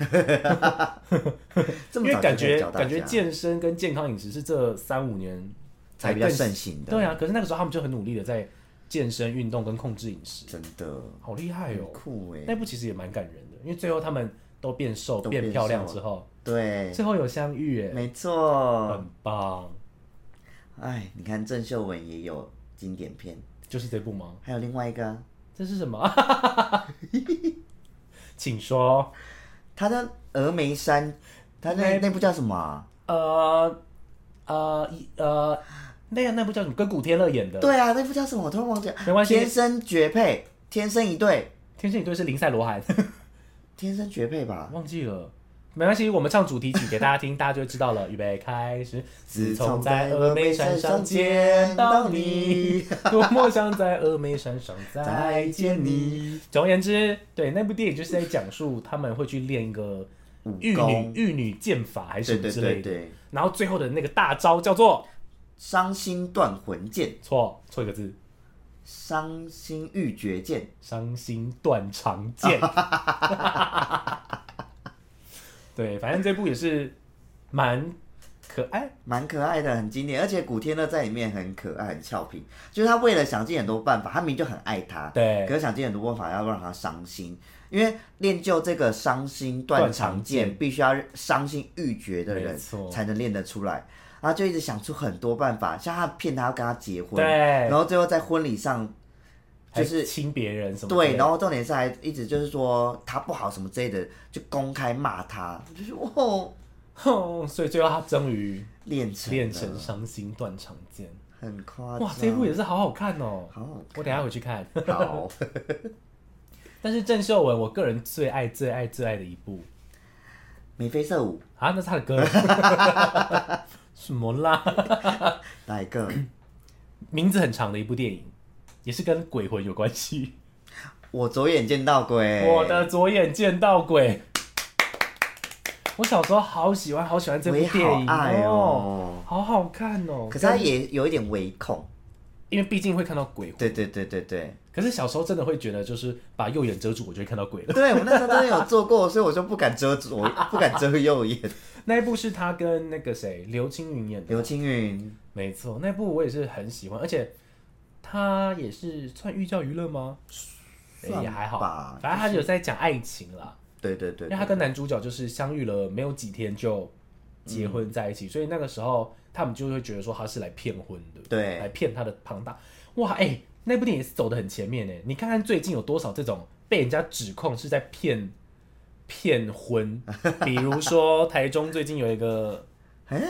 [SPEAKER 2] 这
[SPEAKER 1] 因
[SPEAKER 2] 么
[SPEAKER 1] 为
[SPEAKER 2] 早
[SPEAKER 1] 感
[SPEAKER 2] 就可以
[SPEAKER 1] 觉
[SPEAKER 2] 教大
[SPEAKER 1] 感觉
[SPEAKER 2] 家
[SPEAKER 1] 健身跟健康饮食是这三五年
[SPEAKER 2] 才比较
[SPEAKER 1] 更
[SPEAKER 2] 盛行的，
[SPEAKER 1] 对啊，可是那个时候他们就很努力的在健身、运动跟控制饮食，
[SPEAKER 2] 真的
[SPEAKER 1] 好厉害
[SPEAKER 2] 很
[SPEAKER 1] 哦！
[SPEAKER 2] 酷哎。
[SPEAKER 1] 那部其实也蛮感人的，因为最后他们都变瘦、
[SPEAKER 2] 都变
[SPEAKER 1] 变漂亮之后，
[SPEAKER 2] 对，嗯
[SPEAKER 1] 最后有相遇，哎，
[SPEAKER 2] 没错。
[SPEAKER 1] 很棒。
[SPEAKER 2] 哎，你看郑秀文也有经典片，
[SPEAKER 1] 就是这部吗？
[SPEAKER 2] 还有另外一个啊，
[SPEAKER 1] 这是什么？ 请说。
[SPEAKER 2] 他的《峨眉山》，他那那部叫什么啊？
[SPEAKER 1] 呃呃一呃，那个那部叫什么？跟古天乐演的。，
[SPEAKER 2] 对啊，那部叫什么？我突然忘记了。
[SPEAKER 1] 没关系
[SPEAKER 2] 天生绝配，天生一对，
[SPEAKER 1] 天生一对是林赛罗韩，
[SPEAKER 2] 天生绝配吧？
[SPEAKER 1] 忘记了。没关系，我们唱主题曲给大家听，大家就会知道了。预备开始， 自从在峨眉山上见到你，多么想在峨眉山上再
[SPEAKER 2] 再
[SPEAKER 1] 见
[SPEAKER 2] 见
[SPEAKER 1] 你。
[SPEAKER 2] 你，
[SPEAKER 1] 总而言之，对那部电影就是在讲述他们会去练一个
[SPEAKER 2] 武
[SPEAKER 1] 玉女
[SPEAKER 2] 功
[SPEAKER 1] 玉女剑法还是
[SPEAKER 2] 对
[SPEAKER 1] 什么
[SPEAKER 2] 对
[SPEAKER 1] 之类
[SPEAKER 2] 对
[SPEAKER 1] 的，
[SPEAKER 2] 对，
[SPEAKER 1] 然后最后的那个大招叫做
[SPEAKER 2] 伤心断魂剑，
[SPEAKER 1] 错错一个字，
[SPEAKER 2] 伤心欲绝剑，
[SPEAKER 1] 伤心断肠 剑。对，反正这部也是蛮可爱。
[SPEAKER 2] 蛮可爱的，很经典，而且古天乐在里面很可爱，很俏皮。就是他为了想尽很多办法，他明明就很爱他，
[SPEAKER 1] 对
[SPEAKER 2] 可是想尽很多办法要让他伤心，因为练就这个伤心断肠剑，必须要伤心欲绝的
[SPEAKER 1] 没
[SPEAKER 2] 人
[SPEAKER 1] 错
[SPEAKER 2] 才能练得出来。然后就一直想出很多办法，像他骗他要跟他结婚，
[SPEAKER 1] 对
[SPEAKER 2] 然，后最后在婚礼上就
[SPEAKER 1] 还
[SPEAKER 2] 是
[SPEAKER 1] 亲别人什么之类的？
[SPEAKER 2] 对，然后重点是还一直就是说他不好什么之类的，就公开骂他，我就是哦，
[SPEAKER 1] 哼，所以最后他终于
[SPEAKER 2] 练成
[SPEAKER 1] 练
[SPEAKER 2] 练
[SPEAKER 1] 成伤心断肠剑。
[SPEAKER 2] 很夸张，
[SPEAKER 1] 哇，这部也是好好看哦！
[SPEAKER 2] 好好
[SPEAKER 1] 我等一下回去看。
[SPEAKER 2] 看好。
[SPEAKER 1] 但是郑秀文，我个人最爱、最爱、最爱的一部
[SPEAKER 2] 眉飞色舞
[SPEAKER 1] 啊，那是他的歌， 什么啦？
[SPEAKER 2] 哪一个？
[SPEAKER 1] 名字很长的一部电影，也是跟鬼魂有关系。
[SPEAKER 2] 我左眼见到鬼，
[SPEAKER 1] 我的左眼见到鬼。我小时候好喜欢，好喜欢这
[SPEAKER 2] 我
[SPEAKER 1] 部
[SPEAKER 2] 也
[SPEAKER 1] 电
[SPEAKER 2] 好
[SPEAKER 1] 影
[SPEAKER 2] 爱
[SPEAKER 1] 哦，
[SPEAKER 2] 哦。
[SPEAKER 1] 好好看哦。
[SPEAKER 2] 可是他也有一点微恐，
[SPEAKER 1] 因为毕竟会看到鬼魂，
[SPEAKER 2] 对对对对对，
[SPEAKER 1] 可是小时候真的会觉得，就是把右眼遮住，我就会看到鬼了。
[SPEAKER 2] 对我那时候真的有做过，所以我就不敢遮住，我不敢遮右眼。
[SPEAKER 1] 那一部是他跟那个谁刘青云演的，
[SPEAKER 2] 刘青云
[SPEAKER 1] 没错，那部我也是很喜欢，而且他也是算寓教于乐吗？哎
[SPEAKER 2] 算
[SPEAKER 1] 也还好
[SPEAKER 2] 吧，
[SPEAKER 1] 反正他有在讲爱情啦，
[SPEAKER 2] 对对对
[SPEAKER 1] 因为，他跟男主角就是相遇了没有几天就结婚在一
[SPEAKER 2] 嗯
[SPEAKER 1] 起，所以那个时候他们就会觉得说他是来骗婚的，
[SPEAKER 2] 对
[SPEAKER 1] 来骗他的庞大。哇，哎、那部电影也是走的很前面呢。你看看最近有多少这种被人家指控是在骗骗 婚，比如说台中最近有一个
[SPEAKER 2] 哎，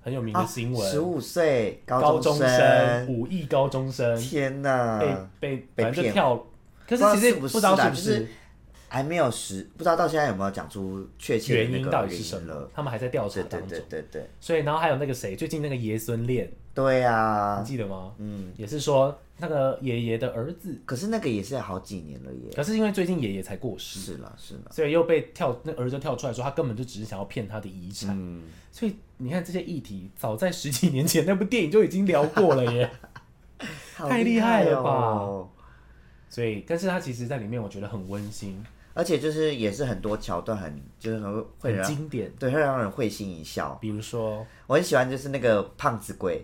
[SPEAKER 1] 很有名的新闻，
[SPEAKER 2] 十五岁
[SPEAKER 1] 高
[SPEAKER 2] 啊高中
[SPEAKER 1] 生哎
[SPEAKER 2] 生，
[SPEAKER 1] 五亿高中生
[SPEAKER 2] 天
[SPEAKER 1] 被
[SPEAKER 2] 哪，
[SPEAKER 1] 被
[SPEAKER 2] 被
[SPEAKER 1] 反正就
[SPEAKER 2] 骗
[SPEAKER 1] 跳，可是
[SPEAKER 2] 不知道
[SPEAKER 1] 其实
[SPEAKER 2] 是不
[SPEAKER 1] 知道是
[SPEAKER 2] 是啦
[SPEAKER 1] 不
[SPEAKER 2] 就是还没有实，不知道到现在有没有讲出确
[SPEAKER 1] 原
[SPEAKER 2] 切的那
[SPEAKER 1] 因
[SPEAKER 2] 个
[SPEAKER 1] 到底
[SPEAKER 2] 原
[SPEAKER 1] 是什
[SPEAKER 2] 因
[SPEAKER 1] 么
[SPEAKER 2] 了。，
[SPEAKER 1] 他们还在调查
[SPEAKER 2] 对
[SPEAKER 1] 当
[SPEAKER 2] 对
[SPEAKER 1] 中。
[SPEAKER 2] 对对对
[SPEAKER 1] 所以，然后还有那个谁，最近那个爷孙恋，
[SPEAKER 2] 对
[SPEAKER 1] 你
[SPEAKER 2] 啊，
[SPEAKER 1] 记得吗？
[SPEAKER 2] 嗯，
[SPEAKER 1] 也是说那个爷爷的儿子，
[SPEAKER 2] 可是那个也是好几年了耶，
[SPEAKER 1] 可是因为最近爷爷才过世，
[SPEAKER 2] 是啦是啦，
[SPEAKER 1] 所以又被跳那儿子就跳出来说，他根本就只是想要骗他的遗产。
[SPEAKER 2] 嗯，
[SPEAKER 1] 所以你看这些议题，早在十几年前那部电影就已经聊过了 耶。
[SPEAKER 2] 好
[SPEAKER 1] 太厉害
[SPEAKER 2] 害
[SPEAKER 1] 了吧
[SPEAKER 2] 哦
[SPEAKER 1] 所以，但是他其实在里面我觉得很温馨，
[SPEAKER 2] 而且就是也是很多桥段很就是很会
[SPEAKER 1] 很
[SPEAKER 2] 让
[SPEAKER 1] 经典。
[SPEAKER 2] 对会让人会心一笑。
[SPEAKER 1] 比如说，
[SPEAKER 2] 我很喜欢就是那个胖子鬼，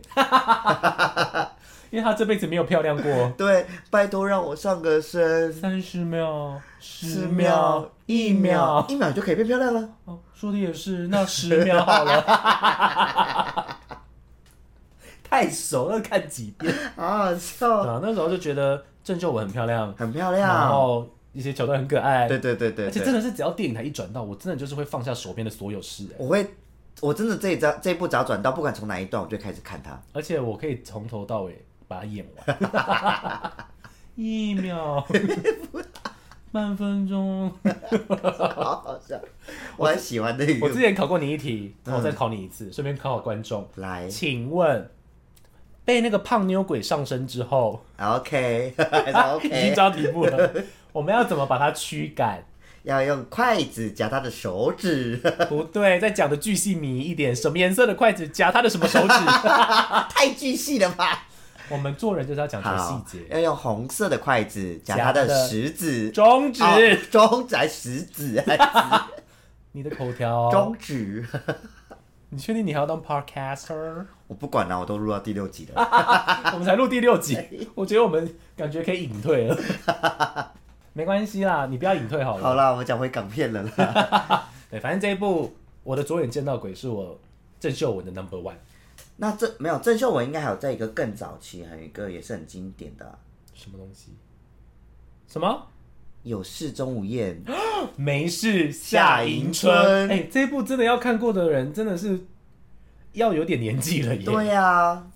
[SPEAKER 1] 因为他这辈子没有漂亮 过，
[SPEAKER 2] 对，拜托让我上个身，
[SPEAKER 1] 三十秒、十
[SPEAKER 2] 十
[SPEAKER 1] 秒
[SPEAKER 2] 秒、
[SPEAKER 1] 一
[SPEAKER 2] 一
[SPEAKER 1] 秒
[SPEAKER 2] 秒，，一秒就可以变漂亮了。
[SPEAKER 1] 哦，说的也是，那 十秒好了。 太熟了，看几 遍
[SPEAKER 2] 好好笑，
[SPEAKER 1] 啊！那时候就觉得郑秀文很漂亮，
[SPEAKER 2] 很漂
[SPEAKER 1] 然
[SPEAKER 2] 亮。
[SPEAKER 1] 后一些桥段很可爱，
[SPEAKER 2] 对对对对
[SPEAKER 1] 哦而且
[SPEAKER 2] 对，
[SPEAKER 1] 真的是只要电影台一转到，我真的就是会放下手边的所有事、哎
[SPEAKER 2] 我会，我真的这一张这一部只要转到，不管从哪一段，我就开始 看它。
[SPEAKER 1] 而且我可以从头到尾把它演完， 一 秒，半分钟。
[SPEAKER 2] 好好笑，我很喜欢那
[SPEAKER 1] 我之
[SPEAKER 2] 个。
[SPEAKER 1] 前考过你一题，然后我再考你一
[SPEAKER 2] 嗯
[SPEAKER 1] 次，顺便考考观众。
[SPEAKER 2] 来
[SPEAKER 1] 请问，被那个胖妞鬼上身之后，
[SPEAKER 2] ，OK，还 是
[SPEAKER 1] 已经
[SPEAKER 2] OK，
[SPEAKER 1] 知道题目了，我们要怎么把它驱赶？
[SPEAKER 2] 要用筷子夹他的手指，
[SPEAKER 1] 不对，再讲的巨细靡遗一点，什么颜色的筷子夹他的什么手 指？
[SPEAKER 2] 太巨细了吧？
[SPEAKER 1] 我们做人就是要讲究细
[SPEAKER 2] 好，
[SPEAKER 1] 节，
[SPEAKER 2] 要用红色的筷子夹
[SPEAKER 1] 夹
[SPEAKER 2] 他
[SPEAKER 1] 他的
[SPEAKER 2] 的食指、
[SPEAKER 1] 中指，
[SPEAKER 2] 哦中指还 食指还指
[SPEAKER 1] 你的口条哦，
[SPEAKER 2] 中指，
[SPEAKER 1] 你确定你还要当 podcaster？
[SPEAKER 2] 我不管了，我都录到第六集 了。
[SPEAKER 1] 我们才录第六 集，我觉得我们感觉可以隐退了。 没关系啦，你不要隐退好了。
[SPEAKER 2] 好啦，我们讲回港片了 啦。
[SPEAKER 1] 对，反正这一部《我的左眼见到鬼》是我郑秀文的 number one，
[SPEAKER 2] 那这没有郑秀文应该还有在一个更早期，还有一个也是很经典的啊、
[SPEAKER 1] 什么东西？什么？
[SPEAKER 2] 有事钟无 艳，
[SPEAKER 1] 没事，夏迎春。
[SPEAKER 2] 夏迎春
[SPEAKER 1] 哎、这一部真的要看过的人，真的是要有点年纪了耶。
[SPEAKER 2] 对呀、啊，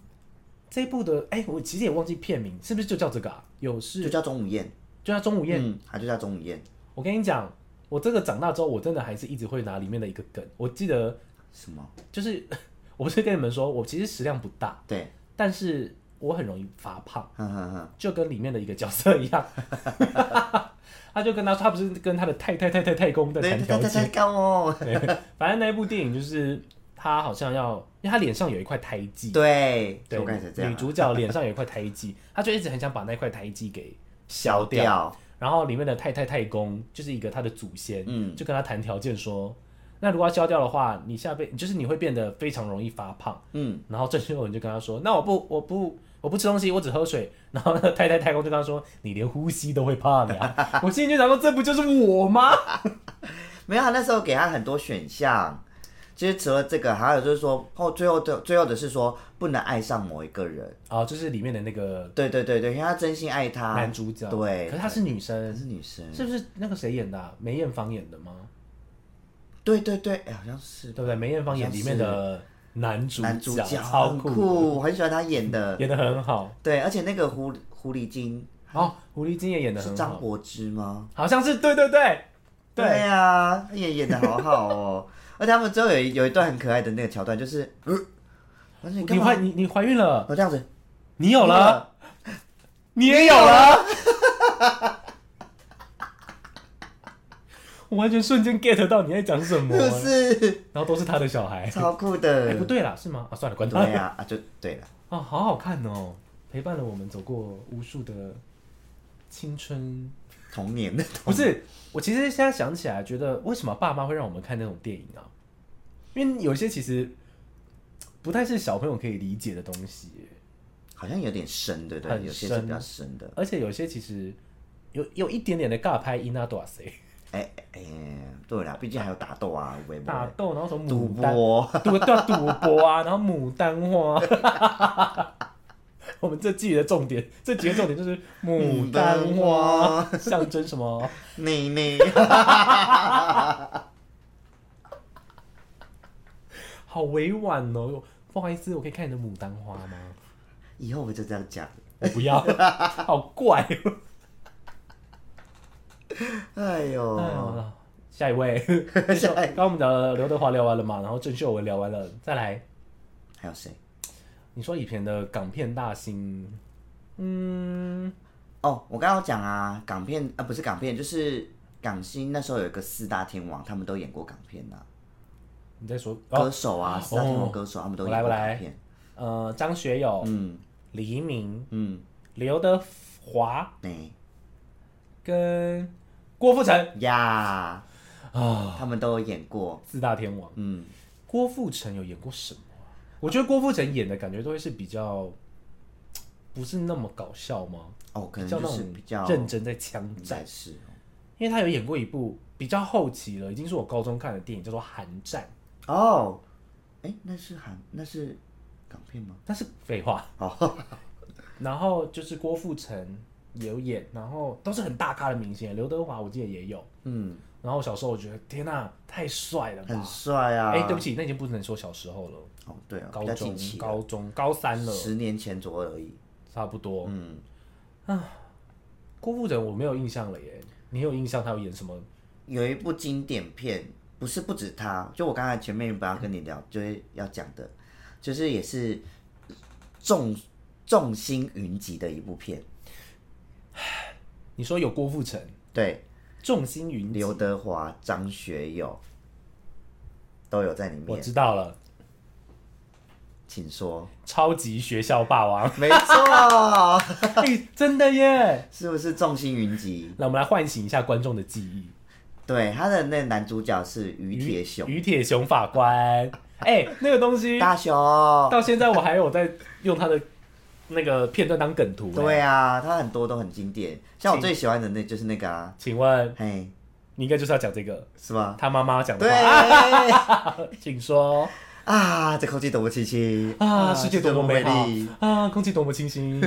[SPEAKER 1] 这一部的，哎、我其实也忘记片名，是不是就叫这个啊？有
[SPEAKER 2] 就
[SPEAKER 1] 事，
[SPEAKER 2] 叫钟无艳，
[SPEAKER 1] 就叫钟无艳。
[SPEAKER 2] 嗯，他就叫钟无艳，
[SPEAKER 1] 我跟你讲，我这个长大之后，我真的还是一直会拿里面的一个梗。我记得
[SPEAKER 2] 什么？
[SPEAKER 1] 就是我不是跟你们说，我其实食量不大，
[SPEAKER 2] 对，
[SPEAKER 1] 但是我很容易发胖，
[SPEAKER 2] 哼哼哼，
[SPEAKER 1] 就跟里面的一个角色一样。他就跟他，他不是跟他的太太太太太公在
[SPEAKER 2] 对
[SPEAKER 1] 谈
[SPEAKER 2] 对
[SPEAKER 1] 条
[SPEAKER 2] 对
[SPEAKER 1] 件
[SPEAKER 2] 对，，高哦，
[SPEAKER 1] 对，反正那一部电影就是她好像要，因为她脸上有一块胎记，
[SPEAKER 2] 对，
[SPEAKER 1] 对，
[SPEAKER 2] 我感觉这样
[SPEAKER 1] 女
[SPEAKER 2] 啊
[SPEAKER 1] 主角脸上有一块胎记，她就一直很想把那块胎记给消
[SPEAKER 2] 消
[SPEAKER 1] 掉。
[SPEAKER 2] 掉，
[SPEAKER 1] 然后里面的太太太公就是一个她的祖先，
[SPEAKER 2] 嗯
[SPEAKER 1] 就跟她谈条件说，那如果要消掉的话，你下辈就是你会变得非常容易发胖。
[SPEAKER 2] 嗯，
[SPEAKER 1] 然后郑秀文就跟她说，那我不我不我不吃东西，我只喝水。然后那个太太太公就跟她说，你连呼吸都会怕的、 啊。我心里就想说，这不就是我吗？
[SPEAKER 2] 没有，他那时候给他很多选项，就是除了这个，还有就是说后最后的最后的是说不能爱上某一个人，
[SPEAKER 1] 哦，就是里面的那个
[SPEAKER 2] 对对对对，因为他真心爱他，
[SPEAKER 1] 男主角，
[SPEAKER 2] 啊对
[SPEAKER 1] 可是她是女生
[SPEAKER 2] 他，是女生，
[SPEAKER 1] 是不是那个谁演的、啊？梅艳芳演的吗？
[SPEAKER 2] 对对对，哎，好像是
[SPEAKER 1] 对不对？梅艳芳演里面的男主
[SPEAKER 2] 男主角，
[SPEAKER 1] 超
[SPEAKER 2] 很
[SPEAKER 1] 酷，
[SPEAKER 2] 酷，很喜欢他演的，
[SPEAKER 1] 演的很好。
[SPEAKER 2] 对，而且那个狐狐狸精
[SPEAKER 1] 哦，狐狸精也演的
[SPEAKER 2] 是
[SPEAKER 1] 很
[SPEAKER 2] 张
[SPEAKER 1] 好，
[SPEAKER 2] 柏芝吗？
[SPEAKER 1] 好像是对对对
[SPEAKER 2] 对啊，他也演的好好 哦，而且他们之后有一有一段很可爱的那个桥段，就是，嗯，我说你干
[SPEAKER 1] 你
[SPEAKER 2] 嘛哦
[SPEAKER 1] 怀？你你怀孕了，
[SPEAKER 2] 我这样子，
[SPEAKER 1] 你有
[SPEAKER 2] 你有
[SPEAKER 1] 了
[SPEAKER 2] 了，
[SPEAKER 1] 你也有了。我完全瞬间 get 到你在讲什么，
[SPEAKER 2] 是不是
[SPEAKER 1] 然后都是他的小孩。
[SPEAKER 2] 超酷
[SPEAKER 1] 哎、不
[SPEAKER 2] 的？
[SPEAKER 1] 对啦，是吗？啊，算了，管他。
[SPEAKER 2] 对呀，啊，就对了。
[SPEAKER 1] 啊，好好看哦，陪伴了我们走过无数的青春。
[SPEAKER 2] 童年的
[SPEAKER 1] 不是，我其实现在想起来，觉得为什么爸妈会让我们看那种电影啊？因为有些其实不太是小朋友可以理解的东西耶，
[SPEAKER 2] 好像有点深，对不对？
[SPEAKER 1] 很
[SPEAKER 2] 有些是
[SPEAKER 1] 深
[SPEAKER 2] 比较深的。
[SPEAKER 1] 而且有些其实有有一点点的尬拍伊娜多塞
[SPEAKER 2] 哎哎，对啦，毕竟还有打斗啊，微博
[SPEAKER 1] 打斗，然后什么
[SPEAKER 2] 赌
[SPEAKER 1] 牡丹
[SPEAKER 2] 博，
[SPEAKER 1] 赌对啊赌博啊，然后牡丹花。 我们这季的重点，这集的重点就是牡
[SPEAKER 2] 牡
[SPEAKER 1] 丹
[SPEAKER 2] 丹
[SPEAKER 1] 花
[SPEAKER 2] 花
[SPEAKER 1] 象征什么？
[SPEAKER 2] 内内，
[SPEAKER 1] 好委婉哦，不好意思，我可以看你的牡丹花吗？
[SPEAKER 2] 以后我就这样讲。
[SPEAKER 1] 我不 要，好怪哦。
[SPEAKER 2] 哎
[SPEAKER 1] 哎
[SPEAKER 2] 呦，
[SPEAKER 1] 呦下一位，
[SPEAKER 2] 下一位
[SPEAKER 1] 刚刚我们讲了刘德华聊完了嘛，然后郑秀文聊完了，再来，
[SPEAKER 2] 还有谁？
[SPEAKER 1] 你说以前的港片大星，嗯，
[SPEAKER 2] 哦，我刚刚有讲啊，港片啊，不是港片，就是港星那时候有一个四大天王，他们都演过港片呐、
[SPEAKER 1] 你在说
[SPEAKER 2] 歌
[SPEAKER 1] 哦，
[SPEAKER 2] 手啊，四大天
[SPEAKER 1] 哦
[SPEAKER 2] 王歌手，他们都
[SPEAKER 1] 我来
[SPEAKER 2] 演过
[SPEAKER 1] 我来
[SPEAKER 2] 港片。
[SPEAKER 1] 呃，张学友、
[SPEAKER 2] 嗯
[SPEAKER 1] 黎明、
[SPEAKER 2] 嗯，哎
[SPEAKER 1] 刘德华
[SPEAKER 2] 对
[SPEAKER 1] 跟郭富城
[SPEAKER 2] 呀，
[SPEAKER 1] 啊，
[SPEAKER 2] 他们都有演过。
[SPEAKER 1] 四大天王。
[SPEAKER 2] 嗯，
[SPEAKER 1] 郭富城有演过什么啊、我觉得郭富城演的感觉都会是比较，不是那么搞笑吗？
[SPEAKER 2] 哦，可
[SPEAKER 1] 比
[SPEAKER 2] 能
[SPEAKER 1] 较
[SPEAKER 2] 就
[SPEAKER 1] 那
[SPEAKER 2] 是
[SPEAKER 1] 种
[SPEAKER 2] 比较
[SPEAKER 1] 认真在枪
[SPEAKER 2] 应
[SPEAKER 1] 战
[SPEAKER 2] 该。是
[SPEAKER 1] 因为他有演过一部比较后期了，已经是我高中看的电影，叫做《寒战
[SPEAKER 2] 哦，哎、那是韩，那是港片吗》，？
[SPEAKER 1] 但是废话。
[SPEAKER 2] 哦，
[SPEAKER 1] 然后就是郭富城有演，然后都是很大咖的明星，刘德华我记得也有。
[SPEAKER 2] 嗯，
[SPEAKER 1] 然后我小时候我觉得天呐，太帅了
[SPEAKER 2] 很
[SPEAKER 1] 吧！
[SPEAKER 2] 帅啊。
[SPEAKER 1] 哎、对不，起，那已经不能说小时候了，
[SPEAKER 2] 哦，对啊，
[SPEAKER 1] 高
[SPEAKER 2] 比较
[SPEAKER 1] 中
[SPEAKER 2] 近、期了，
[SPEAKER 1] 高中、高三了，
[SPEAKER 2] 十年前左右而已。
[SPEAKER 1] 差不多。
[SPEAKER 2] 嗯，
[SPEAKER 1] 郭富城我没有印象了耶，你有印象他有演什么？
[SPEAKER 2] 有一部经典片，不是不止他，就我刚才前面本来要跟你聊，就是要讲的，就是也是众众星云集的一部片。
[SPEAKER 1] 你说有郭富城，
[SPEAKER 2] 对，
[SPEAKER 1] 众星云集，
[SPEAKER 2] 刘德华、张学友都有在里
[SPEAKER 1] 我
[SPEAKER 2] 面，
[SPEAKER 1] 知道了，
[SPEAKER 2] 请说。
[SPEAKER 1] 超级学校霸王，
[SPEAKER 2] 没错，
[SPEAKER 1] 哎，真的耶！
[SPEAKER 2] 是不是众星云集？
[SPEAKER 1] 那我们来唤醒一下观众的记忆。
[SPEAKER 2] 对，他的那男主角是于铁雄，
[SPEAKER 1] 于铁雄法官，哎、那个东西
[SPEAKER 2] 大雄。
[SPEAKER 1] 到现在我还有在用他的那个片段当梗图、
[SPEAKER 2] 对
[SPEAKER 1] 哎，
[SPEAKER 2] 啊，他很多都很经典，像我
[SPEAKER 1] 请
[SPEAKER 2] 最喜欢的那就是那个啊，
[SPEAKER 1] 请问
[SPEAKER 2] 嘿，
[SPEAKER 1] 你应该就是要讲这个
[SPEAKER 2] 是吧？
[SPEAKER 1] 他妈妈讲的
[SPEAKER 2] 对
[SPEAKER 1] 话，请说
[SPEAKER 2] 啊，这空气多么清新
[SPEAKER 1] 啊，世界多么美好
[SPEAKER 2] 丽！
[SPEAKER 1] 啊，空气多么清新，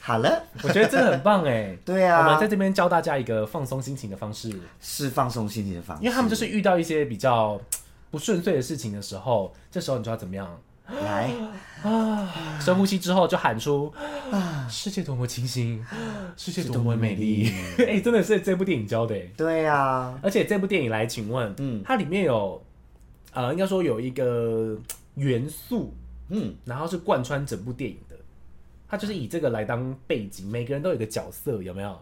[SPEAKER 2] 好了，
[SPEAKER 1] 我觉得真的很棒哎、
[SPEAKER 2] 对
[SPEAKER 1] 我们
[SPEAKER 2] 啊
[SPEAKER 1] 在，这边教大家一个放松心情的方式，因
[SPEAKER 2] 是放松心情的方式，
[SPEAKER 1] 为他们就是遇到一些比较不顺遂的事情的时候，这时候你就要怎么样？
[SPEAKER 2] 来，
[SPEAKER 1] 深呼吸之后就喊出：“世界多么清新，啊世界多么美丽。” 哎、真的是这部电影教的耶。
[SPEAKER 2] 对啊，
[SPEAKER 1] 而且这部电影来，请问，
[SPEAKER 2] 嗯
[SPEAKER 1] 它里面有，呃，应该说有一个元素，
[SPEAKER 2] 嗯，
[SPEAKER 1] 然后是贯穿整部电影的。它就是以这个来当背景，每个人都有一个角色，有没有？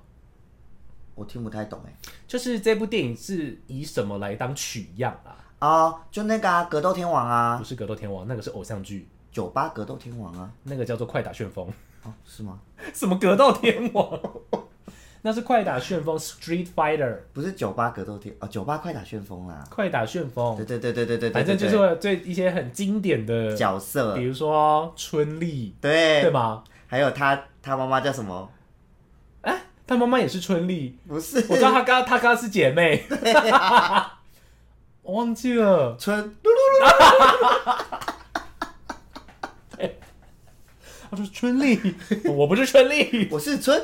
[SPEAKER 2] 我听不太懂哎，
[SPEAKER 1] 就是这部电影是以什么来当取样啊？
[SPEAKER 2] 哦，就那个啊，格斗天王啊，
[SPEAKER 1] 不是格斗天王，那个是偶像剧，
[SPEAKER 2] 酒吧格斗天王啊，
[SPEAKER 1] 那个叫做快打旋风。
[SPEAKER 2] 哦，是吗？
[SPEAKER 1] 什么格斗天王？ 那是快打旋风 Street Fighter，
[SPEAKER 2] 不是酒吧格斗天，哦，酒吧快打旋风啦。
[SPEAKER 1] 快打旋风，
[SPEAKER 2] 对对对对对对，对
[SPEAKER 1] 反正就
[SPEAKER 2] 对
[SPEAKER 1] 是会有最一些很经典的
[SPEAKER 2] 对，角色
[SPEAKER 1] 比，如说春丽，
[SPEAKER 2] 对，
[SPEAKER 1] 对吗？
[SPEAKER 2] 还有他他妈妈叫什么？
[SPEAKER 1] 哎，他妈妈也是春丽，
[SPEAKER 2] 不是
[SPEAKER 1] 我知道他刚他刚是姐妹， 我忘记了。
[SPEAKER 2] 春，
[SPEAKER 1] 他说春丽，我不是春丽。
[SPEAKER 2] 我是春，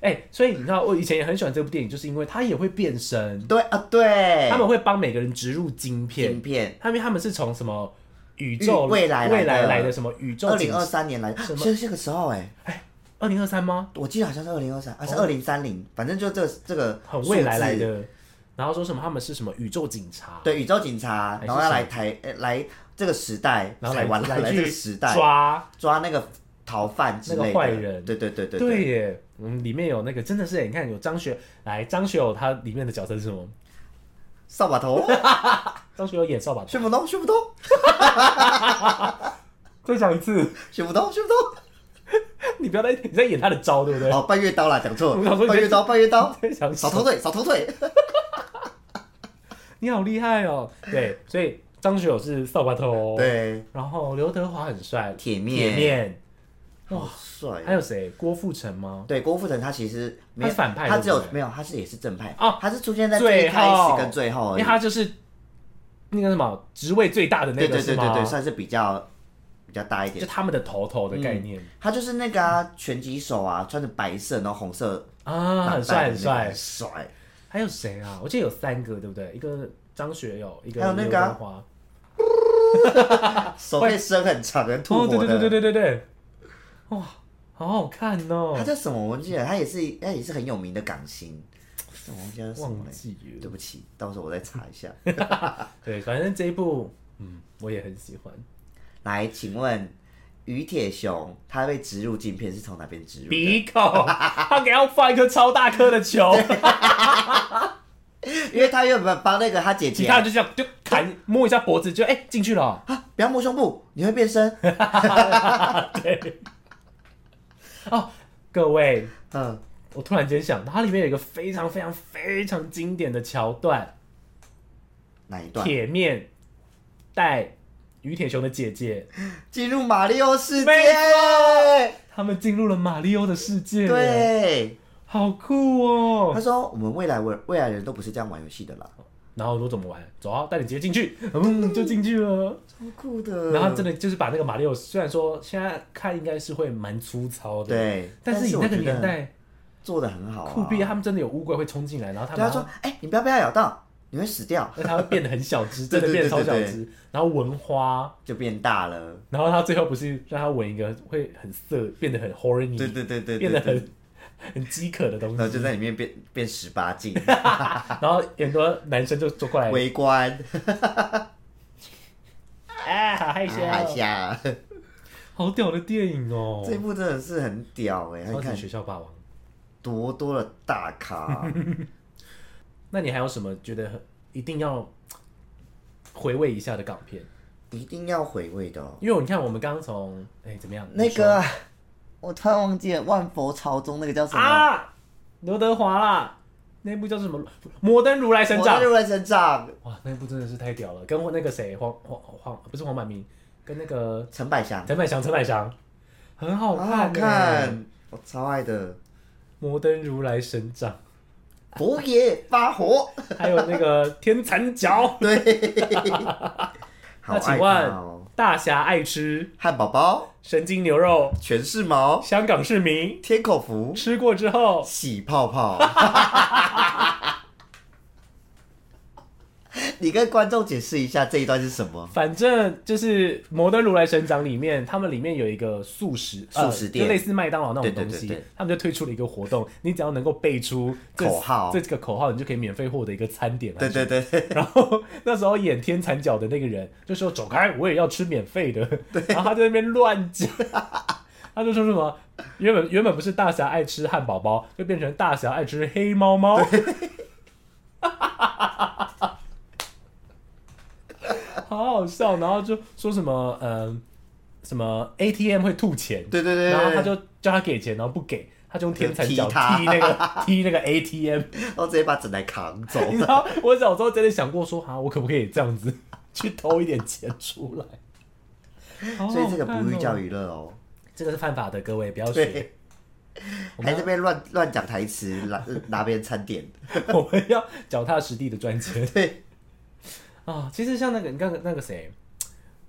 [SPEAKER 1] 哎、所以你知道，我以前也很喜欢这部电影，就是因为它也会变身，
[SPEAKER 2] 对啊对，
[SPEAKER 1] 他们会帮每个人植入晶片
[SPEAKER 2] 影，片，
[SPEAKER 1] 他们他们是从什么宇宙
[SPEAKER 2] 宇未来来的
[SPEAKER 1] 未来来的什么宇宙
[SPEAKER 2] 二
[SPEAKER 1] 警
[SPEAKER 2] 零二三年来，
[SPEAKER 1] 什么
[SPEAKER 2] 是这个时候哎，
[SPEAKER 1] 二零二三吗？
[SPEAKER 2] 我记得好像是二零二三，还啊是二零三零，反正就这这个
[SPEAKER 1] 很未来来
[SPEAKER 2] 数字，
[SPEAKER 1] 的，然后说什么他们是什么宇宙警察，
[SPEAKER 2] 对宇宙警察，
[SPEAKER 1] 哎还是
[SPEAKER 2] 然后要
[SPEAKER 1] 什么
[SPEAKER 2] 来台呃来这个时代，
[SPEAKER 1] 然后
[SPEAKER 2] 台
[SPEAKER 1] 来
[SPEAKER 2] 湾
[SPEAKER 1] 来
[SPEAKER 2] 来
[SPEAKER 1] 去
[SPEAKER 2] 这个时代
[SPEAKER 1] 抓，
[SPEAKER 2] 抓那个逃犯之
[SPEAKER 1] 那个
[SPEAKER 2] 类的
[SPEAKER 1] 坏人
[SPEAKER 2] 对对对对
[SPEAKER 1] 对耶，嗯，里面有那个真的是耶，你看有张学，来张学友他里面的角色是什么？
[SPEAKER 2] 扫 把头，
[SPEAKER 1] 张学友演扫把，
[SPEAKER 2] 旋不通，旋不通，
[SPEAKER 1] 再讲一次，
[SPEAKER 2] 旋不通，旋不通。
[SPEAKER 1] 你不要再你在演他的招，对不对？
[SPEAKER 2] 哦，半月刀啦，讲错
[SPEAKER 1] 哎 我想说，你
[SPEAKER 2] 半月刀，半 月刀，
[SPEAKER 1] 在讲
[SPEAKER 2] 扫头腿，扫头腿。
[SPEAKER 1] 你好厉害哦，对，所以张学友是扫把头，，哦
[SPEAKER 2] 对，
[SPEAKER 1] 然后刘德华很帅，
[SPEAKER 2] 铁
[SPEAKER 1] 铁
[SPEAKER 2] 面，
[SPEAKER 1] 面，哦
[SPEAKER 2] 哇，
[SPEAKER 1] 还
[SPEAKER 2] 帅。啊
[SPEAKER 1] 有谁？郭富城吗？
[SPEAKER 2] 对，郭富城他其实没
[SPEAKER 1] 哎他
[SPEAKER 2] 有
[SPEAKER 1] 是反派
[SPEAKER 2] 他
[SPEAKER 1] 对不
[SPEAKER 2] 只有
[SPEAKER 1] 对
[SPEAKER 2] 没有，他是也是正派
[SPEAKER 1] 哦
[SPEAKER 2] 他是出现在
[SPEAKER 1] 最
[SPEAKER 2] 最一开始
[SPEAKER 1] 后
[SPEAKER 2] 跟最
[SPEAKER 1] 因
[SPEAKER 2] 后而
[SPEAKER 1] 为
[SPEAKER 2] 已。
[SPEAKER 1] 他就是那个什么职位最大的那
[SPEAKER 2] 对
[SPEAKER 1] 个，
[SPEAKER 2] 对
[SPEAKER 1] 是
[SPEAKER 2] 对
[SPEAKER 1] 吗
[SPEAKER 2] 对对，算是比较比较大一
[SPEAKER 1] 就
[SPEAKER 2] 点。
[SPEAKER 1] 他们的头头的概念。
[SPEAKER 2] 他就是那个啊，拳击手啊，穿着白色然后红色
[SPEAKER 1] 啊，很
[SPEAKER 2] 绑
[SPEAKER 1] 帅
[SPEAKER 2] 带
[SPEAKER 1] 很
[SPEAKER 2] 嗯的那
[SPEAKER 1] 帅
[SPEAKER 2] 个很。帅。
[SPEAKER 1] 还有谁啊？我记得有三个，对不对？一个张学友，一个
[SPEAKER 2] 还有那
[SPEAKER 1] 刘
[SPEAKER 2] 个啊
[SPEAKER 1] 德华。
[SPEAKER 2] 手背伸很长，人吐
[SPEAKER 1] 哦，啊对
[SPEAKER 2] 火
[SPEAKER 1] 对对对
[SPEAKER 2] 的。
[SPEAKER 1] 对对对，哇，好好看哦
[SPEAKER 2] 他！叫什么？我记得他也是，他也是很有名的港 星。这我忘记他叫什么
[SPEAKER 1] 忘
[SPEAKER 2] 嘞？
[SPEAKER 1] 记了。
[SPEAKER 2] 对不起，到时候我再查一下。
[SPEAKER 1] 对，反正这一部，嗯，我也很喜欢。
[SPEAKER 2] 来，请问于铁雄他被植入镜片是从哪边植入的？
[SPEAKER 1] 鼻孔，他给他放一颗超大颗的 球，
[SPEAKER 2] 因为他原本帮那个他姐
[SPEAKER 1] 其
[SPEAKER 2] 姐
[SPEAKER 1] 他
[SPEAKER 2] 啊、
[SPEAKER 1] 人就这样就砍摸一下脖子，就哎进去了。
[SPEAKER 2] 啊不要摸胸部，你会变身。
[SPEAKER 1] 哦各位，
[SPEAKER 2] 嗯，
[SPEAKER 1] 我突然间想，到，它里面有一个非常非常非常经典的桥段，
[SPEAKER 2] 哪一 段？
[SPEAKER 1] 铁面带于铁雄的姐姐，
[SPEAKER 2] 进入马里奥世界。
[SPEAKER 1] 没他们进入了马里奥的世界。。
[SPEAKER 2] 对，
[SPEAKER 1] 好酷哦！
[SPEAKER 2] 他说我们未来未未来人都不是这样玩游戏的啦，
[SPEAKER 1] 然后我说怎么玩？走啊，带你直接进去，嗯，就进去了。
[SPEAKER 2] 超酷的。
[SPEAKER 1] 然后真
[SPEAKER 2] 的
[SPEAKER 1] 的就是把那个马里奥，虽然说现在看应该是会蛮粗糙的，，
[SPEAKER 2] 对，
[SPEAKER 1] 但是你
[SPEAKER 2] 我
[SPEAKER 1] 那个
[SPEAKER 2] 觉得
[SPEAKER 1] 年代
[SPEAKER 2] 做的很好、啊。
[SPEAKER 1] 酷毙了，他们真的有乌龟会冲进来，然后他
[SPEAKER 2] 对他
[SPEAKER 1] 们
[SPEAKER 2] 说，哎、你不要被他咬到，你会死掉，
[SPEAKER 1] 那它会变得很小只，
[SPEAKER 2] 对
[SPEAKER 1] 真的变得超
[SPEAKER 2] 对对
[SPEAKER 1] 小
[SPEAKER 2] 对
[SPEAKER 1] 只。然后闻花，
[SPEAKER 2] 就变大了。
[SPEAKER 1] 然后他最后不是让他闻一个会很色，变得很 horny，
[SPEAKER 2] 对对对
[SPEAKER 1] 嗯
[SPEAKER 2] 对对
[SPEAKER 1] 变得
[SPEAKER 2] 对。
[SPEAKER 1] 很很饥渴的东
[SPEAKER 2] 然后
[SPEAKER 1] 西
[SPEAKER 2] 就。在里面变变十八 禁，
[SPEAKER 1] 然后很多男生就走过来，
[SPEAKER 2] 围观，
[SPEAKER 1] 哎，好害羞，
[SPEAKER 2] 啊一下，
[SPEAKER 1] 好屌的电影哦！
[SPEAKER 2] 这一部真的是很屌哎、
[SPEAKER 1] 超
[SPEAKER 2] 你
[SPEAKER 1] 级
[SPEAKER 2] 看
[SPEAKER 1] 学校霸王。
[SPEAKER 2] 多多的大咖，啊
[SPEAKER 1] 那你还有什么觉得很一定要回味一下的港片？
[SPEAKER 2] 一定要回味的、哦。
[SPEAKER 1] 因为你看，我们刚刚从哎怎么样
[SPEAKER 2] 那个啊，我突然忘记了《万佛朝宗》那个叫
[SPEAKER 1] 你
[SPEAKER 2] 什
[SPEAKER 1] 说
[SPEAKER 2] 么？
[SPEAKER 1] 啊，刘德华啦，那部叫做什么《摩登如来神
[SPEAKER 2] 我
[SPEAKER 1] 掌
[SPEAKER 2] 在》日本成长，
[SPEAKER 1] 哇，那部真的是太屌了，跟我那个谁黄黄黄不是黄百鸣，跟那个
[SPEAKER 2] 陈百祥，
[SPEAKER 1] 陈百祥陈百祥，很好
[SPEAKER 2] 好
[SPEAKER 1] 看、欸
[SPEAKER 2] 好看，我超爱的。
[SPEAKER 1] 摩登如来神掌，
[SPEAKER 2] 佛爷发火，
[SPEAKER 1] 还有那个天蚕角，
[SPEAKER 2] 好
[SPEAKER 1] 那请
[SPEAKER 2] 爱他哦！
[SPEAKER 1] 大侠爱吃
[SPEAKER 2] 汉堡包、
[SPEAKER 1] 神经牛肉，
[SPEAKER 2] 全是毛、
[SPEAKER 1] 香港市民
[SPEAKER 2] 天口服、
[SPEAKER 1] 吃过之后
[SPEAKER 2] 洗泡泡。 你跟观众解释一下这一段是什 么？
[SPEAKER 1] 反正就是《摩登如来神掌》里面，他们里面有一个素食呃
[SPEAKER 2] 素食店
[SPEAKER 1] 就类似麦当劳那种东西，
[SPEAKER 2] 对对对对
[SPEAKER 1] 他们就推出了一个活动，你只要能够背出这
[SPEAKER 2] 口号
[SPEAKER 1] 这几个口号，你就可以免费获得一个餐点。
[SPEAKER 2] 对对对，
[SPEAKER 1] 然后那时候演天蚕角的那个人就说：“走开，我也要吃免费的。”然后他在那边乱讲，他就说什么原本原本不是大侠爱吃汉堡包，就变成大侠爱吃黑猫猫。好好笑。然后就说什么呃什么 ATM 会吐钱，
[SPEAKER 2] 对对对对
[SPEAKER 1] 然后他就叫他给钱，然后不给，他就用天才脚踢
[SPEAKER 2] 踢他
[SPEAKER 1] 那个踢那个 ATM。
[SPEAKER 2] 然后直接把整台扛 走。
[SPEAKER 1] 你知道，我小时候真的想过说，哈、我可不可以这样子去偷一点钱出来？哦
[SPEAKER 2] 所以这个不育教
[SPEAKER 1] 育，
[SPEAKER 2] 育乐哦，
[SPEAKER 1] 这个是犯法的，各位不要学。
[SPEAKER 2] 对，
[SPEAKER 1] 我
[SPEAKER 2] 还
[SPEAKER 1] 们
[SPEAKER 2] 这边乱乱讲台词，拿拿别人餐点。
[SPEAKER 1] 我们要脚踏实地的赚钱
[SPEAKER 2] 对，
[SPEAKER 1] 啊、其实像那个你看那个谁，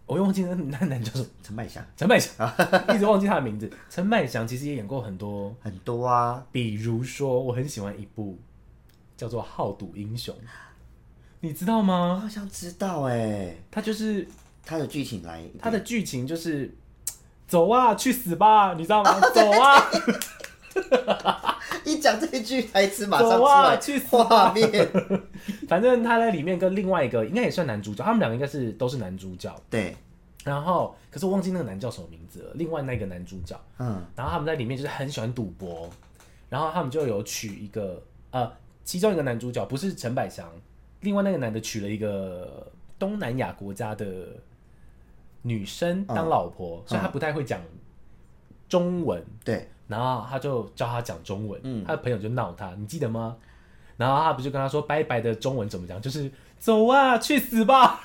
[SPEAKER 1] 我又忘记那那男的叫什么，
[SPEAKER 2] 陈百祥
[SPEAKER 1] 陈百祥，一直忘记他的名字。陈百祥其实也演过很多，
[SPEAKER 2] 很多啊，
[SPEAKER 1] 比如说我很喜欢一部叫做《好赌英雄》，你知道
[SPEAKER 2] 我
[SPEAKER 1] 吗？
[SPEAKER 2] 好想知道哎，
[SPEAKER 1] 他就是
[SPEAKER 2] 他的剧情来一点，
[SPEAKER 1] 它的剧情就是走啊，去死吧，你知道吗？走啊，
[SPEAKER 2] 啊一讲这一句台词马上
[SPEAKER 1] 走啊
[SPEAKER 2] 出
[SPEAKER 1] 去
[SPEAKER 2] 来
[SPEAKER 1] 死
[SPEAKER 2] 画面，
[SPEAKER 1] 反正他在里面跟另外一个应该也算男主角，他们两个应该是都是男主角。
[SPEAKER 2] 对，
[SPEAKER 1] 然后可是我忘记那个男叫什么名字了，另外那个男主角，
[SPEAKER 2] 嗯，
[SPEAKER 1] 然后他们在里面就是很喜欢赌博，然后他们就有娶一个呃，其中一个男主角不是陈百祥，另外那个男的娶了一个东南亚国家的女生当老婆，所以他不太会讲中文，
[SPEAKER 2] 对，
[SPEAKER 1] 然后他就教他讲中文，
[SPEAKER 2] 嗯
[SPEAKER 1] 他的朋友就闹他，你记得吗？然后他不就跟他说拜拜的中文怎么讲？就是走啊，去死吧！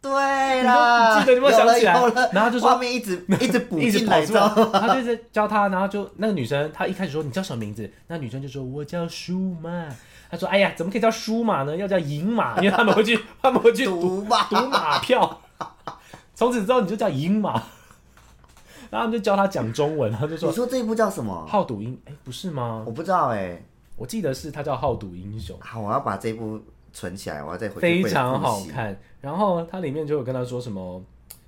[SPEAKER 2] 对啦，
[SPEAKER 1] 你记得你有没有想起来
[SPEAKER 2] 有了有了
[SPEAKER 1] 然后就说
[SPEAKER 2] 画面 一直一直补
[SPEAKER 1] 一直
[SPEAKER 2] 进
[SPEAKER 1] 跑
[SPEAKER 2] 来，
[SPEAKER 1] 出
[SPEAKER 2] 之
[SPEAKER 1] 来
[SPEAKER 2] 后，，
[SPEAKER 1] 他就是教他，然后就那个女生，她一开始说你叫什么名字，那女生就说我叫舒马，他说哎呀，怎么可以叫舒马呢？要叫赢马，因 为他们会去，他们会去赌
[SPEAKER 2] 赌马
[SPEAKER 1] 赌马票。从此之后你就叫赢马，然后他们就教他讲中文，然后就
[SPEAKER 2] 你
[SPEAKER 1] 说
[SPEAKER 2] 说这一部叫什么？
[SPEAKER 1] 好赌英，哎，不是吗
[SPEAKER 2] 我？不知道哎，
[SPEAKER 1] 我记得是他叫好赌英雄。
[SPEAKER 2] 好，我要把这一部存起来，我要再回去
[SPEAKER 1] 非
[SPEAKER 2] 会
[SPEAKER 1] 常
[SPEAKER 2] 复
[SPEAKER 1] 好
[SPEAKER 2] 习。
[SPEAKER 1] 看。然后它里面就有跟他说什么，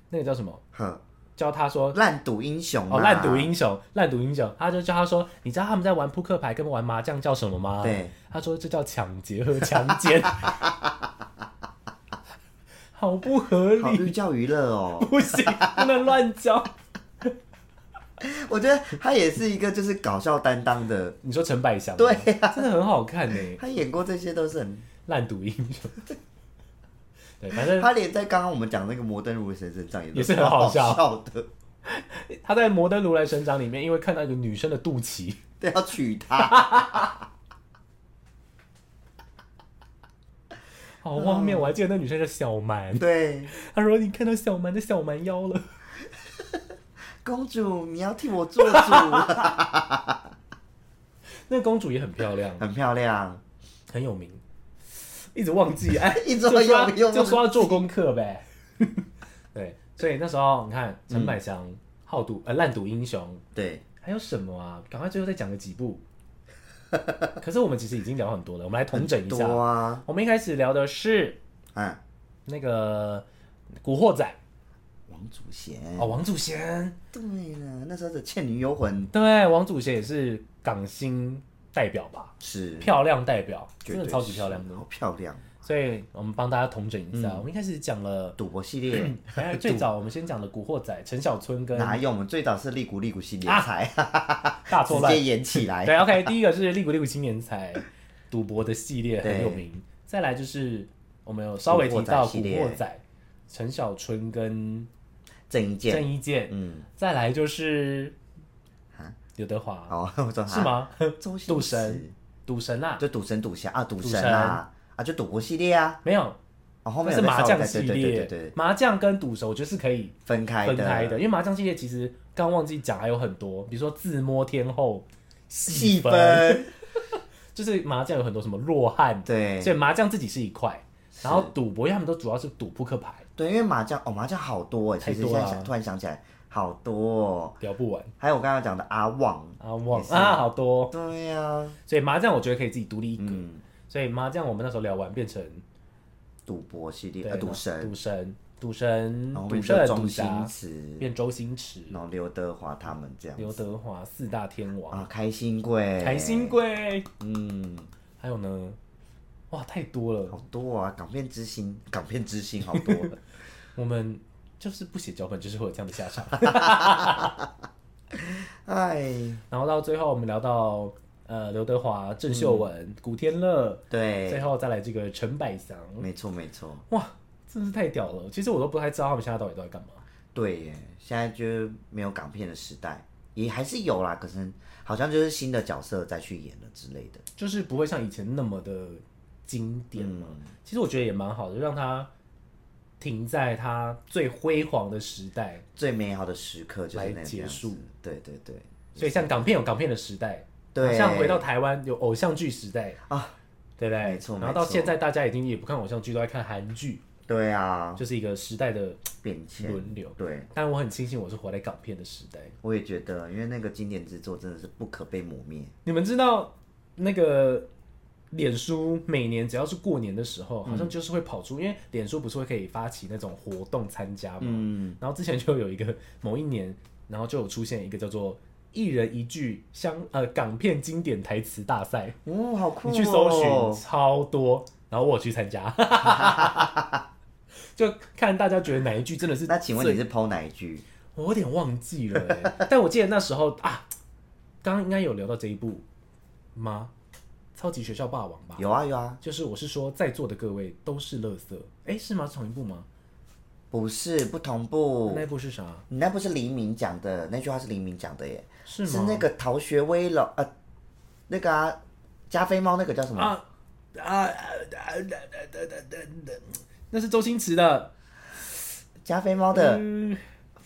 [SPEAKER 1] 那个叫什么，
[SPEAKER 2] 哼，
[SPEAKER 1] 教他说
[SPEAKER 2] 烂赌英雄
[SPEAKER 1] 哦，
[SPEAKER 2] 啊
[SPEAKER 1] 烂赌英雄，烂赌英雄，他就叫他说，你知道他们在玩扑克牌跟玩麻将叫什么吗？
[SPEAKER 2] 对，
[SPEAKER 1] 他说这叫抢劫和强 奸，好不合
[SPEAKER 2] 好
[SPEAKER 1] 理，
[SPEAKER 2] 寓教于乐哦。
[SPEAKER 1] 不行，不能乱教。
[SPEAKER 2] 我觉得他也是一个就是搞笑担当的，
[SPEAKER 1] 你说陈百祥吗，
[SPEAKER 2] 对
[SPEAKER 1] 真的很好看呢，
[SPEAKER 2] 他演过这些都是很，
[SPEAKER 1] 烂赌英 雄。对，反正
[SPEAKER 2] 他连在刚刚我们讲那个《摩登如神》身上也
[SPEAKER 1] 也
[SPEAKER 2] 也
[SPEAKER 1] 是很
[SPEAKER 2] 很
[SPEAKER 1] 好笑
[SPEAKER 2] 笑的，
[SPEAKER 1] 他在《摩登如来神掌》里面，因为看到一个女生的肚脐，
[SPEAKER 2] 对，要娶 她，
[SPEAKER 1] 好荒
[SPEAKER 2] 嗯
[SPEAKER 1] 谬！我还记得那女生叫小蛮，
[SPEAKER 2] 对，
[SPEAKER 1] 他说：“你看到小蛮的小蛮腰了。
[SPEAKER 2] 公主你要替我做 主，”啊
[SPEAKER 1] 那公主也很漂亮，
[SPEAKER 2] 很漂亮，，
[SPEAKER 1] 很有名，一直忘记哎
[SPEAKER 2] 一直
[SPEAKER 1] 就说
[SPEAKER 2] 会用
[SPEAKER 1] 要
[SPEAKER 2] 用
[SPEAKER 1] 就说要做功课 呗。对，所以那时候你看陈
[SPEAKER 2] 嗯
[SPEAKER 1] 百祥、好赌呃烂赌英雄，
[SPEAKER 2] 对，
[SPEAKER 1] 还有什么啊？赶快最后再讲个几 部。可是我们其实已经聊很多了，我们来统整一
[SPEAKER 2] 多
[SPEAKER 1] 下。
[SPEAKER 2] 啊，
[SPEAKER 1] 我们一开始聊的是
[SPEAKER 2] 嗯，
[SPEAKER 1] 那个《古惑仔》
[SPEAKER 2] 王祖贤，
[SPEAKER 1] 哦，王祖贤，
[SPEAKER 2] 对了，那时候的《倩女幽魂
[SPEAKER 1] 对，王祖贤也是港星代表吧。》
[SPEAKER 2] 是
[SPEAKER 1] 漂亮代表，
[SPEAKER 2] 绝
[SPEAKER 1] 真的
[SPEAKER 2] 对
[SPEAKER 1] 超级
[SPEAKER 2] 是
[SPEAKER 1] 漂亮的。
[SPEAKER 2] 好漂亮，
[SPEAKER 1] 所以我们帮大家统整一下，我们一开始讲了，
[SPEAKER 2] 赌博系列。
[SPEAKER 1] 哎最早我们先讲了《古惑仔》陈小春跟啊
[SPEAKER 2] 哪有？我们最早是利古利古系列才、
[SPEAKER 1] 大
[SPEAKER 2] 直
[SPEAKER 1] 错乱
[SPEAKER 2] 接。演起 来。
[SPEAKER 1] 对，OK，第一个是利古利古青年才赌博的系列很
[SPEAKER 2] 对
[SPEAKER 1] 有名，再来就是我们有稍微提到《
[SPEAKER 2] 古惑仔
[SPEAKER 1] 古
[SPEAKER 2] 系列
[SPEAKER 1] 惑仔》陈小春跟
[SPEAKER 2] 郑伊健
[SPEAKER 1] 郑，伊健，
[SPEAKER 2] 嗯，
[SPEAKER 1] 再来就是
[SPEAKER 2] 啊
[SPEAKER 1] 刘德华，
[SPEAKER 2] 好， 我说
[SPEAKER 1] 是？吗？
[SPEAKER 2] 啊周星
[SPEAKER 1] 赌
[SPEAKER 2] 驰
[SPEAKER 1] 神，赌神啊，
[SPEAKER 2] 就赌神赌侠啊，赌
[SPEAKER 1] 赌
[SPEAKER 2] 神
[SPEAKER 1] 神
[SPEAKER 2] 啊，啊，就赌博系列啊，
[SPEAKER 1] 没有，
[SPEAKER 2] 哦，后
[SPEAKER 1] 那
[SPEAKER 2] 面
[SPEAKER 1] 是
[SPEAKER 2] 有再
[SPEAKER 1] 麻
[SPEAKER 2] 稍微
[SPEAKER 1] 将
[SPEAKER 2] 再
[SPEAKER 1] 系
[SPEAKER 2] 对对对
[SPEAKER 1] 列
[SPEAKER 2] 对对，，
[SPEAKER 1] 麻将跟赌神我觉得是可以
[SPEAKER 2] 分开
[SPEAKER 1] 分
[SPEAKER 2] 的，
[SPEAKER 1] 开的，因为麻将系列其实刚忘记讲，还有很多，比如说自摸天后、
[SPEAKER 2] 细
[SPEAKER 1] 分，
[SPEAKER 2] 分，
[SPEAKER 1] 就是麻将有很多什么弱汉，
[SPEAKER 2] 对
[SPEAKER 1] 所以麻将自己是一块，然后赌博因为他们都主要是赌扑克牌，
[SPEAKER 2] 对，因为麻将哦，麻将好多哎，
[SPEAKER 1] 太
[SPEAKER 2] 其实
[SPEAKER 1] 多
[SPEAKER 2] 现在
[SPEAKER 1] 了
[SPEAKER 2] 想突然想起来，好多哦，
[SPEAKER 1] 聊不完
[SPEAKER 2] 还有我刚刚讲的阿旺，
[SPEAKER 1] 啊，忘
[SPEAKER 2] 也是
[SPEAKER 1] 啊，好多，
[SPEAKER 2] 对呀，
[SPEAKER 1] 所以麻将我觉得可以自己独立一格，
[SPEAKER 2] 嗯，
[SPEAKER 1] 所以麻将我们那时候聊完变成
[SPEAKER 2] 赌博系列，
[SPEAKER 1] 对
[SPEAKER 2] 呃，赌神，
[SPEAKER 1] 赌神、赌神、
[SPEAKER 2] 然
[SPEAKER 1] 赌
[SPEAKER 2] 后变成
[SPEAKER 1] 圣、
[SPEAKER 2] 周
[SPEAKER 1] 赌
[SPEAKER 2] 星
[SPEAKER 1] 侠，
[SPEAKER 2] 驰，
[SPEAKER 1] 变周星驰、
[SPEAKER 2] 然后刘德华他们这样
[SPEAKER 1] 刘德华四大天王、
[SPEAKER 2] 啊，开心鬼，
[SPEAKER 1] 开心，贵，
[SPEAKER 2] 嗯。
[SPEAKER 1] 还有呢，哇，太多了，
[SPEAKER 2] 好多啊，港片之星，港片之星好多 了。
[SPEAKER 1] 我们就是不写脚本，就是会有这样的下场。
[SPEAKER 2] 哎，
[SPEAKER 1] 然后到最后，我们聊到呃刘德华、郑秀
[SPEAKER 2] 嗯
[SPEAKER 1] 文、古天乐，最
[SPEAKER 2] 对，
[SPEAKER 1] 后再来这个陈百祥，
[SPEAKER 2] 没错没错，
[SPEAKER 1] 哇，真是太屌了！其实我都不太知道他们现在到底都在干嘛。
[SPEAKER 2] 对耶，现在就是没有港片的时代，也还是有啦，可是好像就是新的角色再去演了之类的。
[SPEAKER 1] 就是不会像以前那么的经典
[SPEAKER 2] 嗯
[SPEAKER 1] 嘛。其实我觉得也蛮好的，就让它停在它最辉煌的时代。
[SPEAKER 2] 最美好的时刻就是那个
[SPEAKER 1] 来结
[SPEAKER 2] 样子
[SPEAKER 1] 束，
[SPEAKER 2] 对对对
[SPEAKER 1] 所以像港片有港片的时代，
[SPEAKER 2] 对
[SPEAKER 1] 像回到台湾有偶像剧时代啊，对不对？
[SPEAKER 2] 没错
[SPEAKER 1] 然后到
[SPEAKER 2] 没错
[SPEAKER 1] 现在大家已经也不看偶像剧，都在看韩剧，
[SPEAKER 2] 对啊，
[SPEAKER 1] 就是一个时代的
[SPEAKER 2] 变迁
[SPEAKER 1] 轮流。
[SPEAKER 2] 对，
[SPEAKER 1] 但我很庆幸我是活在港片的时代。
[SPEAKER 2] 我也觉得，因为那个经典之作真的是不可被磨灭。
[SPEAKER 1] 你们知道那个脸书每年只要是过年的时候，
[SPEAKER 2] 嗯
[SPEAKER 1] 好像就是会跑出，因为脸书不是会可以发起那种活动参加嘛。
[SPEAKER 2] 嗯，
[SPEAKER 1] 然后之前就有一个某一年，然后就有出现一个叫做“一人一句香”呃港片经典台词大赛，
[SPEAKER 2] 哦，好酷、哦！
[SPEAKER 1] 你去搜寻超多，然后我有去参加， 就看大家觉得哪一句真的是
[SPEAKER 2] 那请问
[SPEAKER 1] 最
[SPEAKER 2] 你是抛哪一句？
[SPEAKER 1] 我有点忘记了、欸，但我记得那时候啊，刚刚应该有聊到这一部吗？超级学校霸王吧，
[SPEAKER 2] 有啊有啊，
[SPEAKER 1] 就是我是说在座的各位都是垃圾，哎、是吗？是同一部吗？
[SPEAKER 2] 不是不同
[SPEAKER 1] 那
[SPEAKER 2] 步。
[SPEAKER 1] 一部是啥？
[SPEAKER 2] 你那不是黎明讲的那句话是黎明讲的耶，
[SPEAKER 1] 是吗？
[SPEAKER 2] 那个逃学威龙呃，那个啊，加菲猫那个叫什么？
[SPEAKER 1] 啊啊啊啊啊那是周星驰的，
[SPEAKER 2] 加菲猫的
[SPEAKER 1] 嗯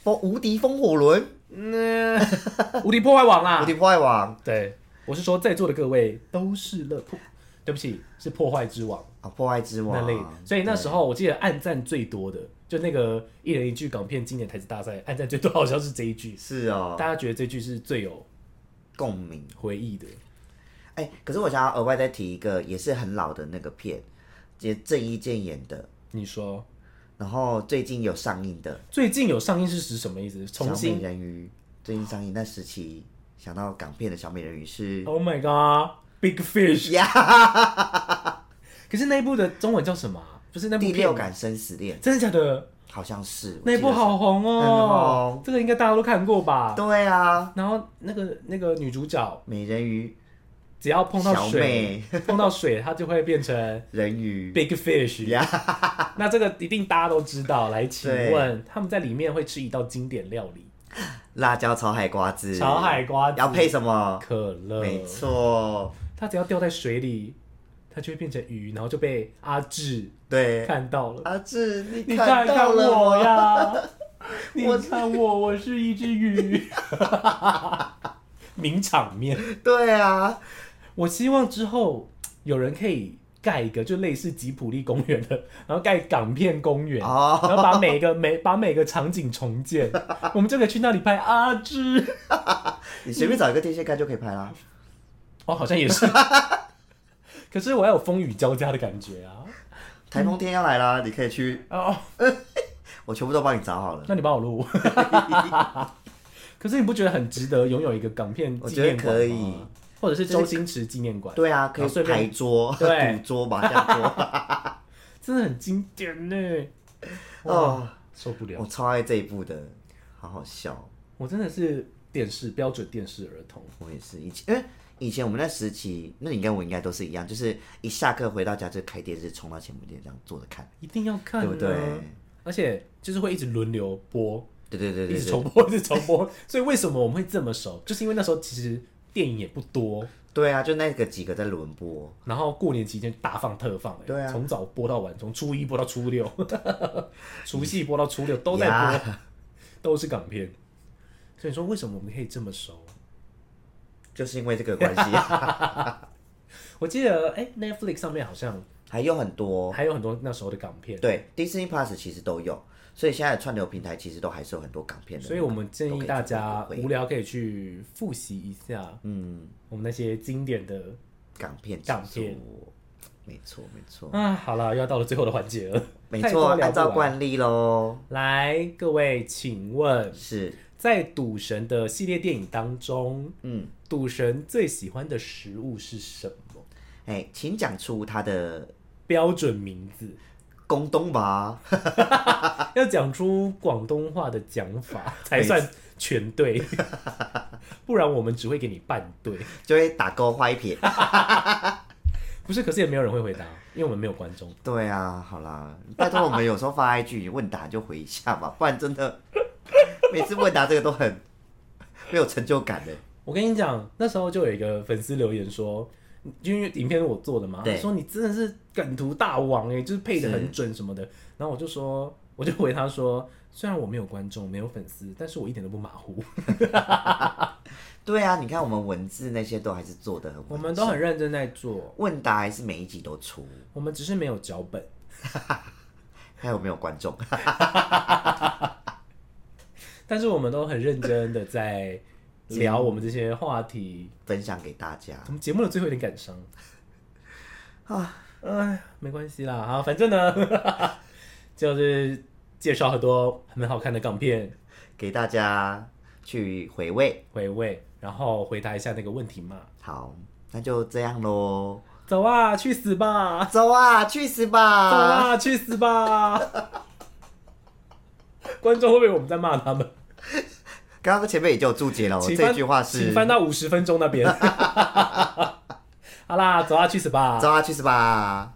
[SPEAKER 2] 风、无敌风火轮，
[SPEAKER 1] 那无敌破坏王
[SPEAKER 2] 无
[SPEAKER 1] 啦
[SPEAKER 2] 敌。破坏王
[SPEAKER 1] 对，我是说在座的各位都是乐破，对不起，是破坏之王。
[SPEAKER 2] 啊，破坏之
[SPEAKER 1] 那
[SPEAKER 2] 王
[SPEAKER 1] 类的。所以那时候我记得暗赞最多的，就那个一人一句港片经典台词大赛，暗赞最多好像是这一句，
[SPEAKER 2] 是哦，
[SPEAKER 1] 大家觉得这句是最有
[SPEAKER 2] 共鸣。
[SPEAKER 1] 回忆的。
[SPEAKER 2] 哎、可是我想要额外再提一个，也是很老的那个片，也郑伊健演的，
[SPEAKER 1] 你说
[SPEAKER 2] 然后最近有上映的
[SPEAKER 1] 最近有上映是指什么意思？
[SPEAKER 2] 《
[SPEAKER 1] 重
[SPEAKER 2] 小美
[SPEAKER 1] 新
[SPEAKER 2] 人鱼》，最近上映那时期，想到港片的小美人鱼是
[SPEAKER 1] ？Oh my god，Big Fish！可 是那一部的中文叫什么啊、就是那
[SPEAKER 2] 《
[SPEAKER 1] 部
[SPEAKER 2] 第
[SPEAKER 1] 片
[SPEAKER 2] 六，感生死恋
[SPEAKER 1] 真的假的？》，
[SPEAKER 2] 好像是
[SPEAKER 1] 那一部。好红
[SPEAKER 2] 很
[SPEAKER 1] 哦，这个应该大家都看过
[SPEAKER 2] 我记得
[SPEAKER 1] 吧？
[SPEAKER 2] 对啊，
[SPEAKER 1] 然后那个那个女主角，
[SPEAKER 2] 美人鱼、
[SPEAKER 1] 只要碰到
[SPEAKER 2] 小
[SPEAKER 1] 水
[SPEAKER 2] 妹，
[SPEAKER 1] 碰到水，她就会变成
[SPEAKER 2] 人鱼，
[SPEAKER 1] Big Fish，那 这个一定大家都知道。来，请问他们在里面会吃一道经典料理
[SPEAKER 2] 辣椒炒海瓜子，
[SPEAKER 1] 炒海瓜子呃
[SPEAKER 2] 要配什么？
[SPEAKER 1] 可乐，
[SPEAKER 2] 没错，
[SPEAKER 1] 它只要掉在水里，它就会变成鱼，然后就被阿志
[SPEAKER 2] 对。
[SPEAKER 1] 看到了。
[SPEAKER 2] 阿志，你
[SPEAKER 1] 你
[SPEAKER 2] 啊看
[SPEAKER 1] 看
[SPEAKER 2] 到了
[SPEAKER 1] 我
[SPEAKER 2] 吗？
[SPEAKER 1] 呀！你
[SPEAKER 2] 我
[SPEAKER 1] 看我，我是一只鱼。 名场面，
[SPEAKER 2] 对啊，
[SPEAKER 1] 我希望之后有人可以盖一个，就类似吉普力公园的，然后盖港片公园，
[SPEAKER 2] 哦
[SPEAKER 1] 然后把每个每把每个场景重建，我们就可以去那里拍阿芝。
[SPEAKER 2] 你随便找一个电线杆就可以拍 啦。
[SPEAKER 1] 哦，好像也 是。可是我要有风雨交加的感觉啊！
[SPEAKER 2] 台风天要来啦，你可以去，
[SPEAKER 1] 哦，
[SPEAKER 2] 我全部都帮你找好了。
[SPEAKER 1] 那你帮我录。 可是你不觉得很值得拥有一个港片
[SPEAKER 2] 我
[SPEAKER 1] 纪
[SPEAKER 2] 觉得
[SPEAKER 1] 念馆吗？
[SPEAKER 2] 可以，
[SPEAKER 1] 或者是周星驰纪念馆，
[SPEAKER 2] 对啊，可
[SPEAKER 1] 然后顺
[SPEAKER 2] 以
[SPEAKER 1] 便
[SPEAKER 2] 牌桌、
[SPEAKER 1] 对
[SPEAKER 2] 赌桌、麻 将桌。
[SPEAKER 1] 真的很经典呢。
[SPEAKER 2] 哦，
[SPEAKER 1] 受不了
[SPEAKER 2] 我，超爱这一部的，好好笑。
[SPEAKER 1] 我真的是电视标准电视儿童。
[SPEAKER 2] 我也是以前，因为以前我们那时期，那你跟我应该都是一样，就是一下课回到家就开电视，冲到前部店这样坐着看，
[SPEAKER 1] 一定要看、啊，
[SPEAKER 2] 对不对？
[SPEAKER 1] 而且就是会一直轮流播，
[SPEAKER 2] 对对对
[SPEAKER 1] 一
[SPEAKER 2] 对
[SPEAKER 1] 直
[SPEAKER 2] 对，
[SPEAKER 1] 重播，一 直重播。所以为什么我们会这么熟？就是因为那时候其实电影也不多，
[SPEAKER 2] 对啊，就那个几个在轮播，
[SPEAKER 1] 然后过年期间大放特放、欸，
[SPEAKER 2] 对啊
[SPEAKER 1] 从早播到晚，从初一播到初六， 除夕播到初六都在播
[SPEAKER 2] 呀，
[SPEAKER 1] 都是港片。所以说为什么我们可以这么熟？
[SPEAKER 2] 就是因为这个关系，
[SPEAKER 1] 我记得哎、n e t f l i x 上面好像
[SPEAKER 2] 还有很多。
[SPEAKER 1] 还有很多那时候的港片，
[SPEAKER 2] 对，Disney Plus 其实都有，所以现在的串流平台其实都还是有很多港片的。
[SPEAKER 1] 所以我们建议大家
[SPEAKER 2] 都可以去回
[SPEAKER 1] 无聊可以去复习一下，嗯，我们那些经典的
[SPEAKER 2] 港片，
[SPEAKER 1] 港片，
[SPEAKER 2] 没错没错
[SPEAKER 1] 啊，好了，又要到了最后的环节了。
[SPEAKER 2] 嗯 没
[SPEAKER 1] 太多聊
[SPEAKER 2] 错，
[SPEAKER 1] 不完
[SPEAKER 2] 按照惯例喽，
[SPEAKER 1] 来，各位，请问
[SPEAKER 2] 是
[SPEAKER 1] 在《赌神》的系列电影当中，
[SPEAKER 2] 嗯，
[SPEAKER 1] 赌神最喜欢的食物是什么？
[SPEAKER 2] 哎，请讲出他的
[SPEAKER 1] 标准名字，
[SPEAKER 2] 宫东吧，
[SPEAKER 1] 要讲出广东话的讲法才算全对， 不然我们只会给你半对。
[SPEAKER 2] 就会打勾画一撇。
[SPEAKER 1] 不是，可是也没有人会回答，因为我们没有观众。
[SPEAKER 2] 对啊，好啦，拜托我们有时候发 IG 问答就回一下吧， 不然真的每次问答这个都很没有成就感的。
[SPEAKER 1] 我跟你讲，那时候就有一个粉丝留言说，因为影片是我做的嘛，
[SPEAKER 2] 对
[SPEAKER 1] 说你真的是梗图大王哎、就是配的很准什么的。然后我就说，我就回他说，虽然我没有观众，没有粉丝，但是我一点都不马虎，
[SPEAKER 2] 对啊，你看我们文字那些都还是做的很，
[SPEAKER 1] 我们都很认真在做，
[SPEAKER 2] 问答还是每一集都出，
[SPEAKER 1] 我们只是没有脚本。
[SPEAKER 2] 还有没有观众？
[SPEAKER 1] 但是我们都很认真的在聊我们这些话题。
[SPEAKER 2] 分享给大家。
[SPEAKER 1] 啊我们节目的最后有点感 伤啊，哎，没关系啦，啊，反正呢， 就是介绍很多很好看的港片
[SPEAKER 2] 给大家去回味。
[SPEAKER 1] 回味，然后回答一下那个问题嘛。
[SPEAKER 2] 好，那就这样喽。
[SPEAKER 1] 走啊，去死吧！
[SPEAKER 2] 走啊，去死
[SPEAKER 1] 走
[SPEAKER 2] 吧！
[SPEAKER 1] 啊，去死吧！ 观众会不会我们在骂他们？
[SPEAKER 2] 刚刚前面已经有注解了，我
[SPEAKER 1] 请
[SPEAKER 2] 哦这
[SPEAKER 1] 翻
[SPEAKER 2] 句话
[SPEAKER 1] 请
[SPEAKER 2] 是
[SPEAKER 1] 翻到 五十分钟那边。好啦，走啊，去死吧！
[SPEAKER 2] 走啊，去死吧！